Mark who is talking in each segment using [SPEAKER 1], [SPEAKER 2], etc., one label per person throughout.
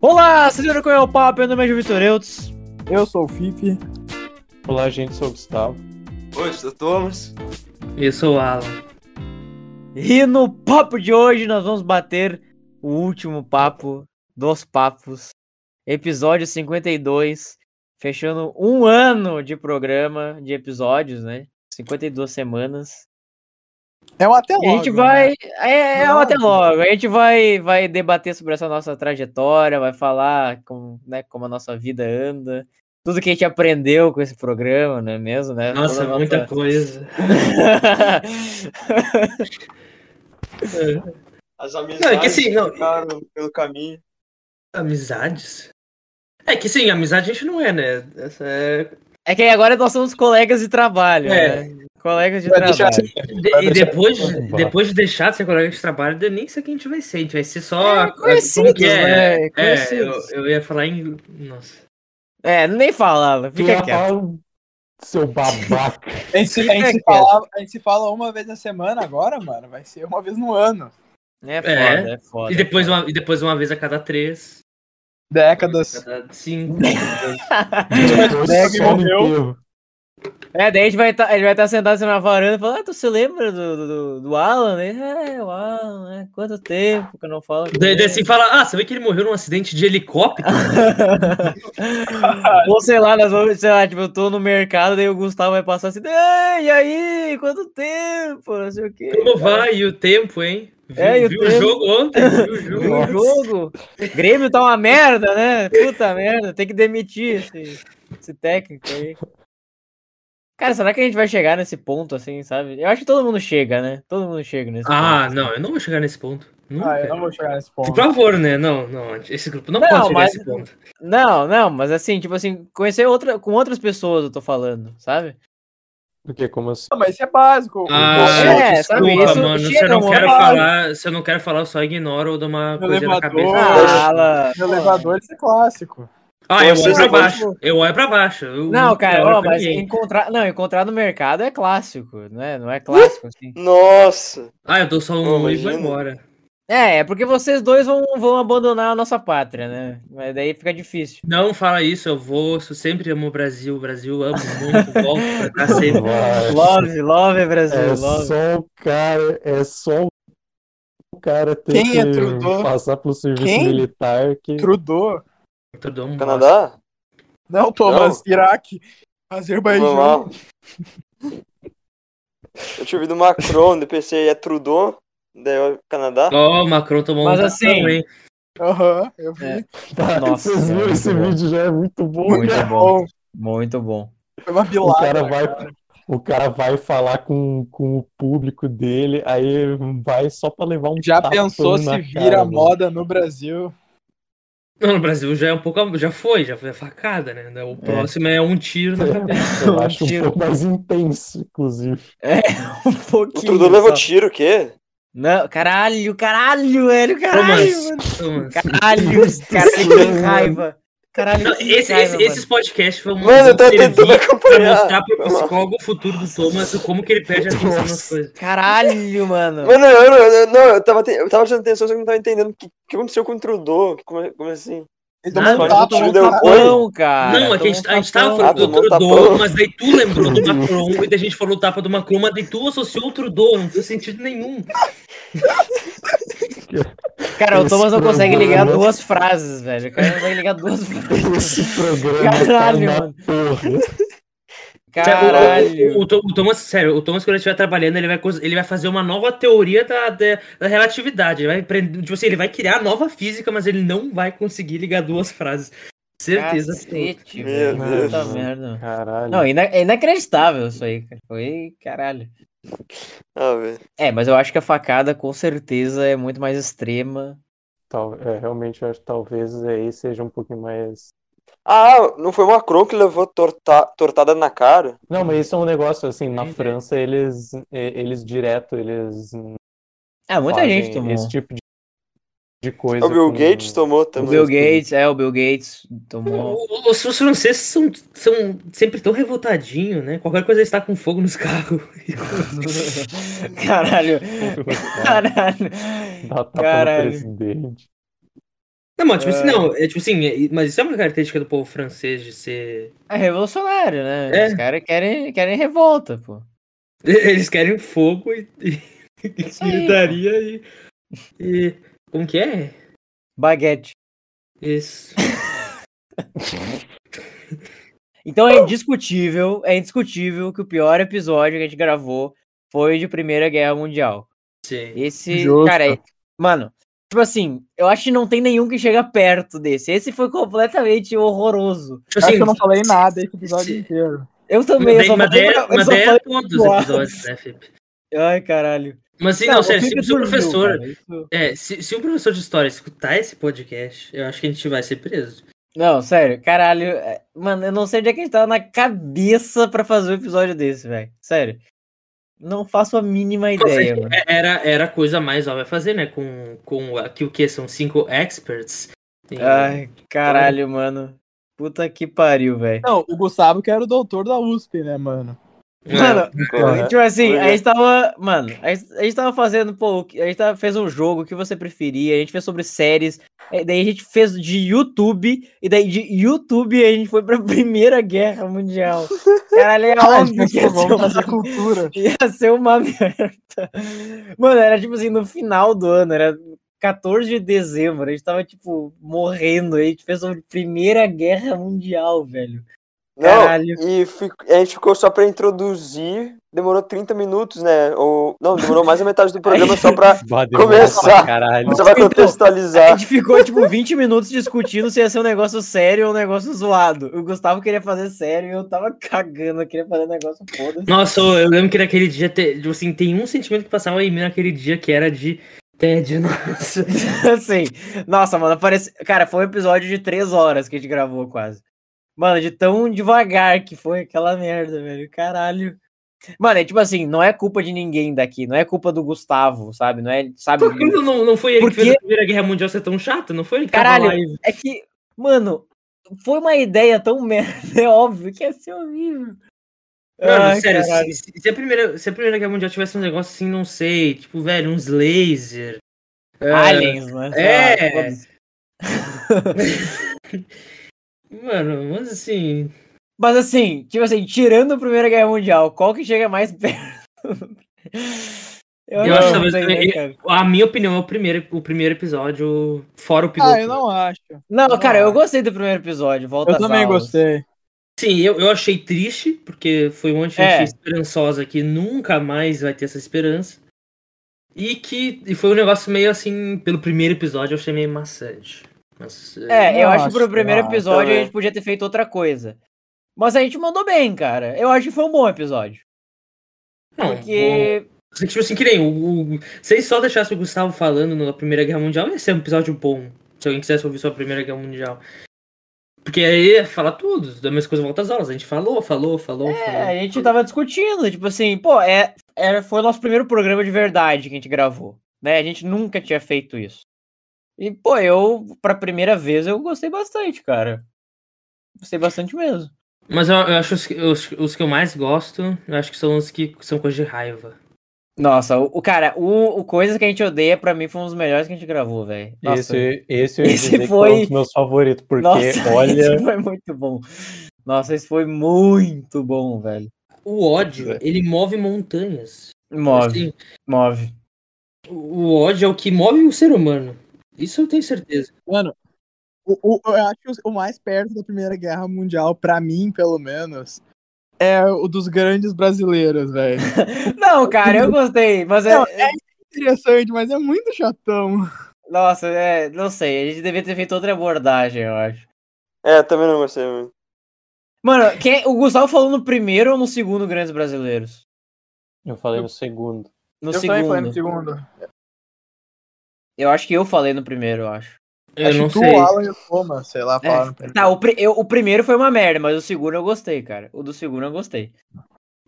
[SPEAKER 1] Olá, sejam com o papo, meu nome é Vitor Eudes.
[SPEAKER 2] Eu sou o Fipe.
[SPEAKER 3] Olá, gente, sou o Gustavo.
[SPEAKER 4] Oi, sou o Thomas.
[SPEAKER 5] Eu sou o Alan.
[SPEAKER 1] E no papo de hoje nós vamos bater o último papo dos papos, episódio 52, fechando um ano de programa, de episódios, né? 52 semanas.
[SPEAKER 2] É um até
[SPEAKER 1] E
[SPEAKER 2] logo.
[SPEAKER 1] a gente vai.
[SPEAKER 2] né?
[SPEAKER 1] É, é um
[SPEAKER 2] Logo.
[SPEAKER 1] até logo. A gente vai, vai debater sobre essa nossa trajetória, vai falar como, né, como a nossa vida anda. Tudo que a gente aprendeu com esse programa, não é mesmo? Né?
[SPEAKER 5] Nossa,
[SPEAKER 1] Toda a
[SPEAKER 5] muita
[SPEAKER 1] nossa-
[SPEAKER 5] coisa. É.
[SPEAKER 4] As
[SPEAKER 5] Não,
[SPEAKER 4] amizades
[SPEAKER 5] é que assim, não,
[SPEAKER 4] ficaram pelo caminho.
[SPEAKER 5] amizades? É que sim, amizade a gente não é, né? Essa é-
[SPEAKER 1] É que agora nós somos colegas de trabalho,
[SPEAKER 5] É.
[SPEAKER 1] né? Colegas de
[SPEAKER 2] Vai deixar-
[SPEAKER 1] trabalho.
[SPEAKER 5] De-
[SPEAKER 2] Vai
[SPEAKER 5] e
[SPEAKER 2] deixar-
[SPEAKER 5] depois,
[SPEAKER 3] Vamos lá.
[SPEAKER 5] depois de deixar de ser colega de trabalho, eu nem sei quem a gente vai ser. A gente vai ser só.
[SPEAKER 1] É, conhecidos,
[SPEAKER 5] como que é?
[SPEAKER 1] né?
[SPEAKER 5] É, eu,
[SPEAKER 1] Conhecidos.
[SPEAKER 5] eu ia falar em. Nossa.
[SPEAKER 1] É, nem falava, fica
[SPEAKER 3] Tu é
[SPEAKER 1] quieto.
[SPEAKER 3] um- Seu babaca.
[SPEAKER 2] A gente, se- a gente se fala, a gente se fala uma vez na semana agora, mano. Vai ser uma vez no ano.
[SPEAKER 1] É foda, é foda.
[SPEAKER 5] E depois, uma, e depois uma vez a cada três, a
[SPEAKER 3] É
[SPEAKER 2] Décadas.
[SPEAKER 5] cada cinco.
[SPEAKER 2] Depois que
[SPEAKER 3] Só no
[SPEAKER 2] morreu.
[SPEAKER 3] enterro.
[SPEAKER 1] É, daí a gente vai estar sentado assim na varanda e falar, ah, tu se lembra do, do- do, do Alan? Ele, é, o Alan, né? Quanto tempo que eu não falo. com
[SPEAKER 5] Daí,
[SPEAKER 1] ele."
[SPEAKER 5] daí assim fala: Ah, você vê que ele morreu num acidente de helicóptero?
[SPEAKER 1] Ou sei lá, nós vamos, sei lá, tipo, eu tô no mercado, daí o Gustavo vai passar assim, "Ah, e aí, quanto tempo? Não sei o quê.
[SPEAKER 5] Como vai? E o tempo, hein? Viu,
[SPEAKER 1] É, e o
[SPEAKER 5] viu
[SPEAKER 1] tempo?
[SPEAKER 5] o jogo ontem? Viu o
[SPEAKER 1] Viu
[SPEAKER 5] jogo?
[SPEAKER 1] O jogo. Grêmio tá uma merda, né? Puta merda, tem que demitir esse, esse técnico aí. Cara, será que a gente vai chegar nesse ponto assim, sabe? Eu acho que todo mundo chega, né? Todo mundo chega nesse
[SPEAKER 5] Ah,
[SPEAKER 1] ponto.
[SPEAKER 5] não, eu não vou chegar nesse ponto. Nunca.
[SPEAKER 2] Ah, eu não vou chegar nesse
[SPEAKER 5] Por
[SPEAKER 2] ponto.
[SPEAKER 5] favor, né? Não, não. Esse grupo não,
[SPEAKER 1] Não,
[SPEAKER 5] pode chegar
[SPEAKER 1] mas-
[SPEAKER 5] nesse ponto.
[SPEAKER 1] Não, não, mas assim, tipo assim, conhecer outra, com outras pessoas eu tô falando, sabe?
[SPEAKER 3] Porque como assim?
[SPEAKER 2] Não, mas isso é básico.
[SPEAKER 5] Ah,
[SPEAKER 1] é, sabe,
[SPEAKER 5] Desculpa,
[SPEAKER 1] isso
[SPEAKER 5] mano. Se
[SPEAKER 1] chega
[SPEAKER 5] eu não
[SPEAKER 1] uma
[SPEAKER 5] quero
[SPEAKER 1] hora.
[SPEAKER 5] falar, se eu não quero falar, eu só ignoro ou dou uma
[SPEAKER 2] No
[SPEAKER 5] coisa na
[SPEAKER 2] elevador.
[SPEAKER 5] cabeça.
[SPEAKER 1] Ah, Alan,
[SPEAKER 2] No elevador isso é clássico.
[SPEAKER 5] Ah, eu olho
[SPEAKER 4] Vocês
[SPEAKER 5] pra
[SPEAKER 4] não vão-
[SPEAKER 5] baixo. Eu olho pra baixo. eu-
[SPEAKER 1] Não, cara,
[SPEAKER 5] eu olho
[SPEAKER 1] ó,
[SPEAKER 5] pra
[SPEAKER 1] mas assim-
[SPEAKER 5] ninguém.
[SPEAKER 1] encontrar, não, encontrar no mercado é clássico, né? Não é clássico assim.
[SPEAKER 4] Nossa!
[SPEAKER 5] Ah, eu dou só um
[SPEAKER 4] Ô,
[SPEAKER 5] olho e vou
[SPEAKER 4] imagina.
[SPEAKER 5] embora.
[SPEAKER 1] É, é porque vocês dois vão, vão abandonar a nossa pátria, né? Mas daí fica difícil.
[SPEAKER 5] Não fala isso, eu vou. Eu sempre amo o Brasil. O Brasil amo muito. Volto pra cá sempre.
[SPEAKER 3] Vai.
[SPEAKER 1] Love, love, Brasil,
[SPEAKER 3] É
[SPEAKER 1] love.
[SPEAKER 3] só o cara, é só o cara ter
[SPEAKER 2] Quem é
[SPEAKER 3] que
[SPEAKER 2] Trudeau?
[SPEAKER 3] passar pelo serviço
[SPEAKER 2] Quem?
[SPEAKER 3] militar que
[SPEAKER 2] Trudeau.
[SPEAKER 5] Tudo um bosta.
[SPEAKER 4] Canadá?
[SPEAKER 2] Não, Thomas. Iraque.
[SPEAKER 4] Vamos
[SPEAKER 2] Azerbaijão.
[SPEAKER 4] lá. Eu tinha ouvido Macron, daí pensei, é Trudeau? Daí eu, Canadá?
[SPEAKER 5] Ó, o Macron tomou
[SPEAKER 1] Mas
[SPEAKER 5] um
[SPEAKER 1] assim,
[SPEAKER 5] tapão, hein?
[SPEAKER 2] Aham, eu vi.
[SPEAKER 1] É.
[SPEAKER 3] Tá,
[SPEAKER 1] Nossa,
[SPEAKER 3] vocês viram
[SPEAKER 1] muito
[SPEAKER 3] esse
[SPEAKER 1] bom.
[SPEAKER 3] vídeo já é muito bom, cara.
[SPEAKER 1] Muito bom,
[SPEAKER 2] Bom,
[SPEAKER 1] muito bom.
[SPEAKER 2] foi uma
[SPEAKER 3] O
[SPEAKER 2] bilada.
[SPEAKER 3] cara vai,
[SPEAKER 2] cara.
[SPEAKER 3] o cara vai falar com, com o público dele, aí vai só pra levar um
[SPEAKER 2] Já
[SPEAKER 3] tapão
[SPEAKER 2] pensou
[SPEAKER 3] na
[SPEAKER 2] se
[SPEAKER 3] cara,
[SPEAKER 2] vira
[SPEAKER 3] mano.
[SPEAKER 2] moda no Brasil?
[SPEAKER 5] Não, no Brasil já é um pouco. Já foi, já foi a facada, né? O próximo é, um tiro na cabeça.
[SPEAKER 3] Eu acho um
[SPEAKER 1] Tiro.
[SPEAKER 3] pouco mais intenso, inclusive.
[SPEAKER 1] Um
[SPEAKER 4] O
[SPEAKER 1] pouquinho.
[SPEAKER 4] Trudeau levou
[SPEAKER 1] só.
[SPEAKER 4] tiro, o quê?
[SPEAKER 1] Não, caralho, caralho, velho, caralho, mano.
[SPEAKER 5] Thomas, Thomas.
[SPEAKER 1] Caralho, caralho, que raiva. Caralho,
[SPEAKER 5] Não,
[SPEAKER 1] que
[SPEAKER 5] esse,
[SPEAKER 1] raiva,
[SPEAKER 5] esse- esses podcasts vão
[SPEAKER 4] Mano, eu
[SPEAKER 5] vão
[SPEAKER 4] tava
[SPEAKER 5] servir
[SPEAKER 4] tentando
[SPEAKER 5] pra
[SPEAKER 4] acompanhar.
[SPEAKER 5] mostrar pro psicólogo o futuro do Thomas e como que ele perde atenção nas coisas.
[SPEAKER 1] mano. Caralho, mano.
[SPEAKER 4] Mano, eu, não- eu, não, eu tava, te- eu tava prestando atenção, só que eu não tava entendendo o que, o que aconteceu com o Trudeau. Como, como assim?
[SPEAKER 2] Ele
[SPEAKER 5] Nada,
[SPEAKER 2] tomou um
[SPEAKER 4] mas o
[SPEAKER 2] tapa,
[SPEAKER 4] Trudeau
[SPEAKER 2] um
[SPEAKER 4] deu
[SPEAKER 2] tapa.
[SPEAKER 4] Oi?
[SPEAKER 1] Não, cara.
[SPEAKER 5] não, é que a gente, a gente tava
[SPEAKER 4] Ah,
[SPEAKER 5] falando do
[SPEAKER 4] tomou um
[SPEAKER 5] Trudeau,
[SPEAKER 4] tapão.
[SPEAKER 5] mas daí tu lembrou do Macron e daí a gente falou o tapa do Macron, mas daí tu associou o Trudeau, não fez sentido nenhum.
[SPEAKER 1] Cara, o
[SPEAKER 3] Esse
[SPEAKER 1] Thomas não consegue ligar
[SPEAKER 3] programa-
[SPEAKER 1] duas frases, velho. O cara não consegue ligar duas frases.
[SPEAKER 3] Esse programa tá
[SPEAKER 1] Caralho,
[SPEAKER 3] uma
[SPEAKER 1] mano.
[SPEAKER 3] porra.
[SPEAKER 1] Caralho.
[SPEAKER 5] O, o, o Thomas, sério, o Thomas quando ele estiver trabalhando, ele vai, cons- ele vai fazer uma nova teoria da, da, da relatividade. Ele vai, aprender- tipo assim, ele vai criar nova física, mas ele não vai conseguir ligar duas frases. Certeza.
[SPEAKER 1] Cacete,
[SPEAKER 4] Meu
[SPEAKER 1] velho.
[SPEAKER 3] Deus.
[SPEAKER 1] Puta merda.
[SPEAKER 3] Caralho.
[SPEAKER 1] Não, ina- é inacreditável isso aí, cara. Foi caralho.
[SPEAKER 4] Ah, velho.
[SPEAKER 1] É, mas eu acho que a facada com certeza é muito mais extrema.
[SPEAKER 3] Tal- é, realmente, eu acho que talvez aí seja um pouquinho mais.
[SPEAKER 4] Ah, não foi o Macron que levou torta, tortada na cara?
[SPEAKER 3] Não,
[SPEAKER 1] Hum.
[SPEAKER 3] mas isso é um negócio assim, na
[SPEAKER 5] Sim, sim.
[SPEAKER 3] França eles, e- eles direto, eles
[SPEAKER 1] Ah, muita
[SPEAKER 3] fazem
[SPEAKER 1] gente tomou.
[SPEAKER 3] esse tipo de, de coisa.
[SPEAKER 4] É O Bill
[SPEAKER 3] com-
[SPEAKER 4] Gates tomou
[SPEAKER 1] O
[SPEAKER 4] também.
[SPEAKER 1] Bill Gates, é, o Bill Gates tomou.
[SPEAKER 5] O- Os, os franceses são, são sempre tão revoltadinhos, né? Qualquer coisa está com fogo nos carros.
[SPEAKER 1] Caralho,
[SPEAKER 3] Dá
[SPEAKER 1] caralho.
[SPEAKER 3] tapa no
[SPEAKER 1] Caralho.
[SPEAKER 3] presidente.
[SPEAKER 5] Não, mas tipo assim, não, é tipo assim, é- mas isso é uma característica do povo francês de ser.
[SPEAKER 1] É revolucionário, né?
[SPEAKER 5] É.
[SPEAKER 1] Os caras querem, querem revolta, pô.
[SPEAKER 5] Eles querem fogo e, e, e
[SPEAKER 1] É Isso aí.
[SPEAKER 5] gritaria e, e. Como que é?
[SPEAKER 1] Baguete.
[SPEAKER 5] Isso.
[SPEAKER 1] Então é indiscutível, é indiscutível que o pior episódio que a gente gravou foi de Primeira Guerra Mundial.
[SPEAKER 5] Sim.
[SPEAKER 1] Esse,
[SPEAKER 2] Justo.
[SPEAKER 1] cara, é- mano, tipo assim, eu acho que não tem nenhum que chega perto desse. Esse foi completamente horroroso.
[SPEAKER 5] Tipo
[SPEAKER 2] Acho
[SPEAKER 5] assim,
[SPEAKER 2] que eu não falei nada esse episódio
[SPEAKER 5] se-
[SPEAKER 2] inteiro.
[SPEAKER 1] Eu também, eu
[SPEAKER 5] Mas
[SPEAKER 1] só
[SPEAKER 5] mas
[SPEAKER 1] falei
[SPEAKER 5] daí-
[SPEAKER 1] pra- eu
[SPEAKER 5] mas
[SPEAKER 1] só
[SPEAKER 5] daí é
[SPEAKER 1] falei-
[SPEAKER 5] todos os
[SPEAKER 1] zoar.
[SPEAKER 5] episódios, né, Felipe?
[SPEAKER 1] Ai, caralho.
[SPEAKER 5] Mas assim, não, sério,
[SPEAKER 1] o
[SPEAKER 5] se
[SPEAKER 1] Felipe
[SPEAKER 5] o seu
[SPEAKER 1] dormiu,
[SPEAKER 5] professor.
[SPEAKER 1] cara, isso-
[SPEAKER 5] É, se, se um professor de história escutar esse podcast, eu acho que a gente vai ser preso.
[SPEAKER 1] Não, sério, caralho. é- Mano, eu não sei onde é que a gente tava na cabeça pra fazer um episódio desse, velho. Sério. Não faço a mínima ideia, mano.
[SPEAKER 5] É, Era, era a coisa mais óbvia a fazer, né? Com, com aqui o que? São cinco experts. Tem- um-
[SPEAKER 1] Ai, caralho, mano. Puta que pariu, velho.
[SPEAKER 2] Não, o Gustavo que era o doutor da USP, né, mano?
[SPEAKER 5] É,
[SPEAKER 1] Mano,
[SPEAKER 3] Aham.
[SPEAKER 1] tipo assim, a
[SPEAKER 4] Pois é.
[SPEAKER 1] gente tava. Mano, a gente, a gente tava fazendo, pô, o que- a gente tava- fez um jogo o que você preferia, a gente fez sobre séries, e daí a gente fez de YouTube, e daí de YouTube a gente foi pra Primeira Guerra Mundial. Caralho, é
[SPEAKER 2] Ah,
[SPEAKER 1] óbvio que ia ser
[SPEAKER 2] vamos
[SPEAKER 1] uma
[SPEAKER 2] trazer cultura.
[SPEAKER 1] Ia ser uma merda. Mano, era tipo assim, no final do ano, era 14 de dezembro, a gente tava, tipo, morrendo, a gente fez sobre Primeira Guerra Mundial, velho.
[SPEAKER 4] Não,
[SPEAKER 1] Caralho.
[SPEAKER 4] e fi- a gente ficou só pra introduzir, demorou 30 minutos, né? Ou, não, demorou mais a metade do programa só pra,
[SPEAKER 3] Bah, demorou
[SPEAKER 4] Começar.
[SPEAKER 3] pra Caralho.
[SPEAKER 4] só pra
[SPEAKER 1] Então, A
[SPEAKER 5] é
[SPEAKER 4] contextualizar.
[SPEAKER 1] gente ficou, tipo, 20 minutos discutindo se ia ser um negócio sério ou um negócio zoado. O Gustavo queria fazer sério e eu tava cagando, eu queria fazer um negócio foda.
[SPEAKER 5] Nossa, eu eu lembro que naquele dia, te, tipo assim, tem um sentimento que passava em mim naquele dia que era de tédio, nossa.
[SPEAKER 1] assim, nossa, mano, parece... Cara, foi um episódio de 3 horas que a gente gravou quase. Mano, de tão devagar que foi aquela merda, velho. Caralho. Mano, é tipo assim, não é culpa de ninguém daqui, não é culpa do Gustavo, sabe? Não é, sabe?
[SPEAKER 5] Por que não, não foi ele
[SPEAKER 1] Por
[SPEAKER 5] que fez
[SPEAKER 1] quê?
[SPEAKER 5] a Primeira Guerra Mundial ser tão chata? Não foi ele que
[SPEAKER 1] Caralho.
[SPEAKER 5] tava lá
[SPEAKER 1] É que, mano, foi uma ideia tão merda, é óbvio que ia ser horrível.
[SPEAKER 5] e... Mano,
[SPEAKER 1] Ai,
[SPEAKER 5] sério,
[SPEAKER 1] caralho.
[SPEAKER 5] se, se- se a primeira, se a Primeira Guerra Mundial tivesse um negócio assim, não sei, tipo, velho, uns laser... é,
[SPEAKER 1] Aliens, né? Sei
[SPEAKER 5] é.
[SPEAKER 1] lá, foda-se.
[SPEAKER 5] Mano, mas assim...
[SPEAKER 1] Mas assim, tipo assim, tirando a Primeira Guerra Mundial, qual que chega mais perto?
[SPEAKER 5] Eu acho que
[SPEAKER 1] não
[SPEAKER 5] talvez-
[SPEAKER 1] sei, né, cara?
[SPEAKER 5] A minha opinião é o primeiro, o primeiro episódio, fora o piloto.
[SPEAKER 2] Ah, eu não acho.
[SPEAKER 1] Não,
[SPEAKER 2] eu
[SPEAKER 1] cara,
[SPEAKER 2] não
[SPEAKER 1] eu
[SPEAKER 2] acho.
[SPEAKER 1] gostei do primeiro episódio, volta
[SPEAKER 2] Eu
[SPEAKER 1] às
[SPEAKER 2] também
[SPEAKER 1] aulas.
[SPEAKER 2] gostei.
[SPEAKER 5] Sim, eu, eu achei triste, porque foi um monte de
[SPEAKER 1] É.
[SPEAKER 5] gente esperançosa que nunca mais vai ter essa esperança. E que e foi um negócio meio assim, pelo primeiro episódio eu achei meio maçante. Mas,
[SPEAKER 1] É, eu acho que
[SPEAKER 2] Nossa,
[SPEAKER 1] pro primeiro
[SPEAKER 2] ah,
[SPEAKER 1] episódio a
[SPEAKER 4] também.
[SPEAKER 1] gente podia ter feito outra coisa. Mas a gente mandou bem, cara. Eu acho que foi um bom episódio.
[SPEAKER 5] não,
[SPEAKER 1] Porque.
[SPEAKER 5] o- tipo assim, que nem o, o- se eles só deixassem o Gustavo falando na Primeira Guerra Mundial, ia ser um episódio bom. Se alguém quisesse ouvir só a Primeira Guerra Mundial. Porque aí ia falar tudo, da mesma coisa volta às aulas. A gente falou, falou, falou,
[SPEAKER 1] É,
[SPEAKER 5] falou.
[SPEAKER 1] a gente tava discutindo, tipo assim, pô, é, é- foi o nosso primeiro programa de verdade que a gente gravou, né? A gente nunca tinha feito isso. E, pô, eu, pra primeira vez, eu gostei bastante, cara. Gostei bastante mesmo.
[SPEAKER 5] Mas eu, eu acho os, que- os, os que eu mais gosto, eu acho que são os que são coisas de raiva.
[SPEAKER 1] Nossa, o, o cara, o, o Coisas que a gente odeia, pra mim, foi um dos melhores que a gente gravou, velho. Nossa,
[SPEAKER 3] Esse, esse eu ia
[SPEAKER 1] Esse
[SPEAKER 3] dizer que
[SPEAKER 1] foi-
[SPEAKER 3] foi um dos meus favoritos, porque
[SPEAKER 1] nossa,
[SPEAKER 3] olha.
[SPEAKER 1] esse foi muito bom. Nossa, esse foi muito bom, velho.
[SPEAKER 5] O ódio,
[SPEAKER 3] É.
[SPEAKER 5] ele move montanhas.
[SPEAKER 1] Move,
[SPEAKER 5] Assim,
[SPEAKER 1] move.
[SPEAKER 5] o o ódio é o que move o ser humano. Isso eu tenho certeza.
[SPEAKER 2] Mano, o, o- eu acho que o mais perto da Primeira Guerra Mundial, pra mim, pelo menos, é o dos grandes brasileiros, velho.
[SPEAKER 1] Não, cara, eu gostei, mas é,
[SPEAKER 2] Não, Interessante, mas é muito chatão.
[SPEAKER 1] Nossa, é, não sei, a gente devia ter feito outra abordagem, eu acho.
[SPEAKER 4] É, também não gostei muito.
[SPEAKER 1] Mano, quem, o Gustavo falou no primeiro ou no segundo Grandes Brasileiros?
[SPEAKER 3] Eu falei no segundo.
[SPEAKER 1] No
[SPEAKER 2] eu
[SPEAKER 1] segundo.
[SPEAKER 2] também falei no segundo.
[SPEAKER 1] Eu acho que eu falei no primeiro, eu acho.
[SPEAKER 5] Eu
[SPEAKER 2] acho
[SPEAKER 5] não
[SPEAKER 2] que tu,
[SPEAKER 5] sei.
[SPEAKER 2] o Alan e o Thomas, sei lá,
[SPEAKER 1] É.
[SPEAKER 2] falaram pra ele.
[SPEAKER 1] Tá, o, pri- eu- o primeiro foi uma merda, mas o segundo eu gostei, cara. O do segundo eu gostei.